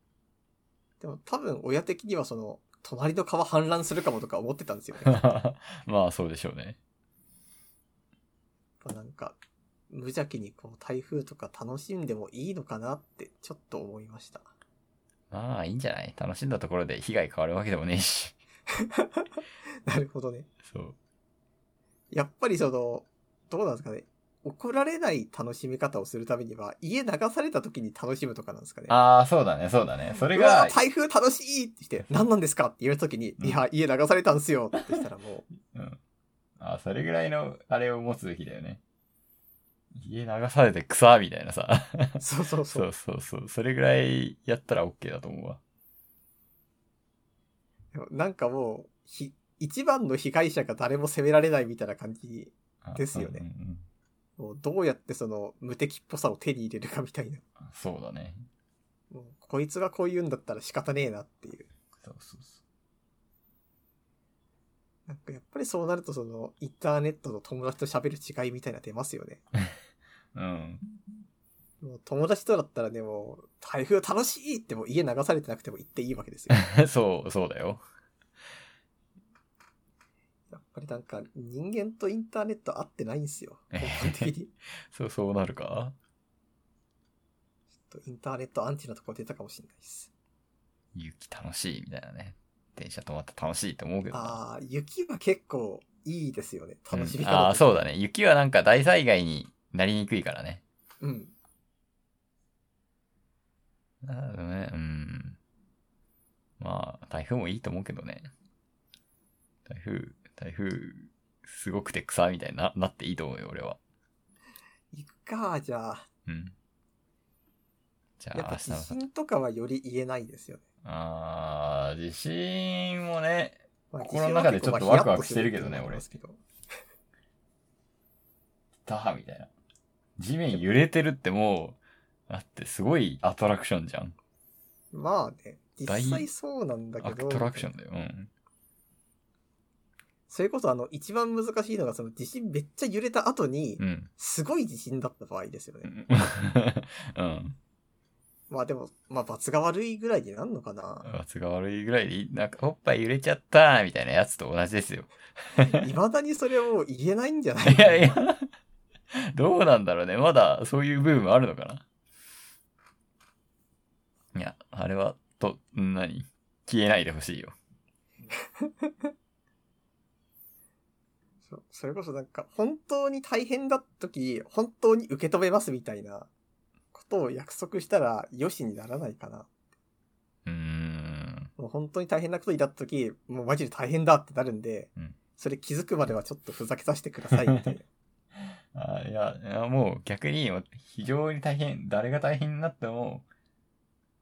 Speaker 1: でも多分親的にはその、隣の川氾濫するかもとか思ってたんですよ ね。やっ
Speaker 2: まあそうでしょうね。
Speaker 1: ぱなんか、無邪気にこう台風とか楽しんでもいいのかなってちょっと思いました。
Speaker 2: まあいいんじゃない楽しんだところで被害変わるわけでもねえし。
Speaker 1: なるほどね。
Speaker 2: そう。
Speaker 1: やっぱりその、どうなんですかね。怒られない楽しみ方をするためには、家流された時に楽しむとかなんですかね。
Speaker 2: ああ、そうだね、そうだね。それ
Speaker 1: うわ
Speaker 2: が、
Speaker 1: 台風楽しいってして、何なんですかって言われた時に、
Speaker 2: うん
Speaker 1: いや、家流されたんすよってしたらもう、
Speaker 2: うん。あーそれぐらいの、あれを持つべきだよね。家流されて草みたいなさ。
Speaker 1: そうそうそう
Speaker 2: そ。うそうそう。それぐらいやったら OK だと思うわ。
Speaker 1: でもなんかもう、ひ、一番の被害者が誰も責められないみたいな感じ、
Speaker 2: あ
Speaker 1: ですよね
Speaker 2: うんうんうん
Speaker 1: もうどうやってその無敵っぽさを手に入れるかみたいな。
Speaker 2: そうだね。
Speaker 1: もう、こいつがこう言うんだったら仕方ねえなっていう。
Speaker 2: そうそうそ
Speaker 1: なんかやっぱりそうなるとその、インターネットの友達と喋る違いみたいな出ますよね。
Speaker 2: う。 うん。
Speaker 1: もう友達とだったらね、もう、台風楽しいってもう家流されてなくても行っていいわけですよ。
Speaker 2: そう、そうだよ。
Speaker 1: やっぱりなんか人間とインターネット合ってないんですよ。根本的に。
Speaker 2: そう、そうなるか
Speaker 1: ちょっとインターネットアンチなとこ出たかもしれないです。
Speaker 2: 雪楽しいみたいなね。電車止まって楽しいと思うけどな。
Speaker 1: ああ、雪は結構いいですよね。楽しみ
Speaker 2: う
Speaker 1: 方、
Speaker 2: んああ、そうだ。ね。雪はなんか大災害になりにくいからね。
Speaker 1: うん。
Speaker 2: なるほどね。うん。まあ、台風もいいと思うけどね。台風、台風、すごくて草みたいにななっていいと思うよ、俺は。
Speaker 1: 行くか、じゃあ。
Speaker 2: うん。じゃ
Speaker 1: やっ
Speaker 2: あ、
Speaker 1: ぱ
Speaker 2: 明日
Speaker 1: 地
Speaker 2: のさ。
Speaker 1: 震とかはより言えないですよね。
Speaker 2: ああ、地震もね、
Speaker 1: まあ
Speaker 2: 心の中でちょっとワクワクしてるけどね
Speaker 1: 地震は結構まあヒヤッとするっていうのも
Speaker 2: 俺
Speaker 1: ありますけど
Speaker 2: だみたいな。地面揺れてるってもう、だってすごいアトラクションじゃん。
Speaker 1: まあね、
Speaker 2: 大
Speaker 1: 実際そうなんだけ
Speaker 2: ア
Speaker 1: ど。
Speaker 2: トラクションだよ。うん。
Speaker 1: それこそあの、一番難しいのがその地震めっちゃ揺れた後に
Speaker 2: う、ん。
Speaker 1: すごい地震だった場合ですよ
Speaker 2: う
Speaker 1: ね。
Speaker 2: ん。 うん。
Speaker 1: まあでも、まあ罰が悪いぐらいになるのかな。
Speaker 2: 圧が悪いぐらいでいい、なんか、おっぱい揺れちゃったみたいなやつと同じですよ。
Speaker 1: いまだにそれを言えないんじゃない
Speaker 2: いやいや、 どうなんだろうね。まだそういう部分あるのかないや、あれは、と、何消えないでほしいよ。
Speaker 1: そうそれこそなんか、本当に大変だった時、本当に受け止めますみたいなことを約束したら、よしにならないかな。
Speaker 2: うーん。
Speaker 1: もう本当に大変なことになった時、もうマジで大変だってなるんで、
Speaker 2: うん
Speaker 1: それ気づくまではちょっとふざけさせてくださいみた いな。
Speaker 2: あいや、いやもう逆に、非常に大変、誰が大変になっても、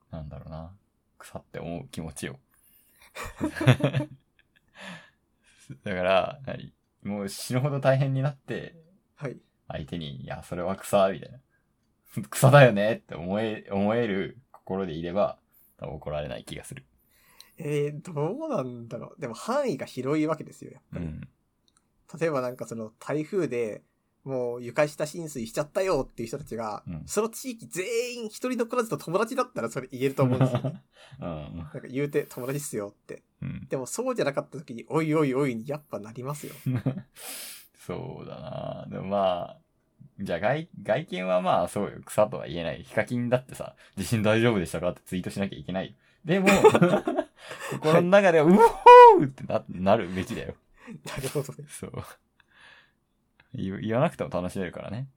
Speaker 2: なんだろうな、腐って思う気持ち を。だから、何もう死ぬほど大変になって、
Speaker 1: はい。
Speaker 2: 相手に、いや、それは草、みたいな。 草だよねって思え、思える心でいれば、多分怒られない気がする。
Speaker 1: えー、どうなんだろう。でも範囲が広いわけですよ、やっ
Speaker 2: う
Speaker 1: ぱり。
Speaker 2: ん。
Speaker 1: 例えばなんかその台風で、もう床下浸水しちゃったよっていう人たちが、
Speaker 2: うん
Speaker 1: その地域全員一人残らずと友達だったらそれ言えると思うんですよ ね。
Speaker 2: うん。
Speaker 1: なんか言うて友達っすよって。
Speaker 2: うん。
Speaker 1: でもそうじゃなかった時に、おいおいおいにやっぱなりますよ。
Speaker 2: そうだなでもまあ、じゃあ外、外見はまあそうよ。草 とは言えない。ヒカキンだってさ、地震大丈夫でしたかってツイートしなきゃいけないよ。でも、心の中では、うおーってな、なるべきだよ。
Speaker 1: なるほどね。
Speaker 2: そう。言言わなくても楽しめるからね。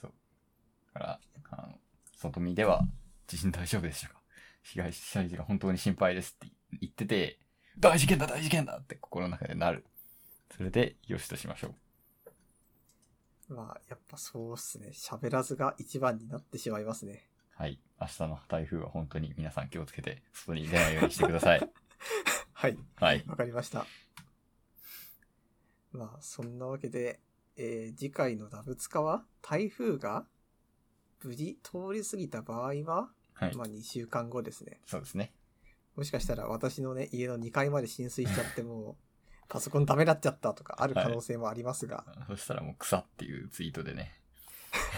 Speaker 2: そう。だから、あの、外見では、地震大丈夫でしたか被害者が本当に心配ですって言ってて、大事件だ大事件だって心の中でなる。それで、よしとしましょう。
Speaker 1: まあ、やっぱそうっすね。喋らずが一番になってしまいますね。
Speaker 2: はい。明日の台風は本当に皆さん気をつけて、外に出ないようにしてくださ い。
Speaker 1: はい。
Speaker 2: はい。
Speaker 1: わかりました。まあ、そんなわけで、えー次回のダブツカは、台風が無事通り過ぎた場合は、
Speaker 2: はい。
Speaker 1: まあ2週間後ですね。
Speaker 2: そうですね。
Speaker 1: もしかしたら私のね、家の2階まで浸水しちゃってもう、パソコンダメなっちゃったとかある可能性もありますが、
Speaker 2: そしたらもう草っていうツイートで ね。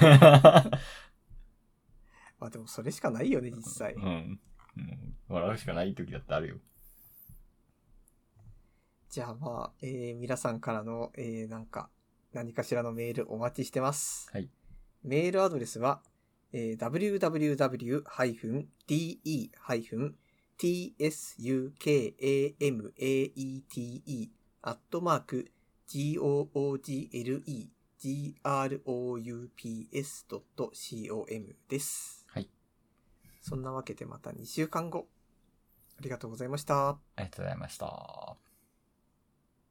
Speaker 1: まあでもそれしかないよね、実際
Speaker 2: う。ん。もう笑うしかない時だってあるよ。
Speaker 1: じゃあまあ、えー皆さんからの、えーなんか、何かしらのメールお待ちしてます。
Speaker 2: はい
Speaker 1: メールアドレスは、えー www-de-tsukamate アットマーク googlegroups.com です。
Speaker 2: はい。
Speaker 1: そんなわけでまた2週間後。ありがとうございました。
Speaker 2: ありがとうございました。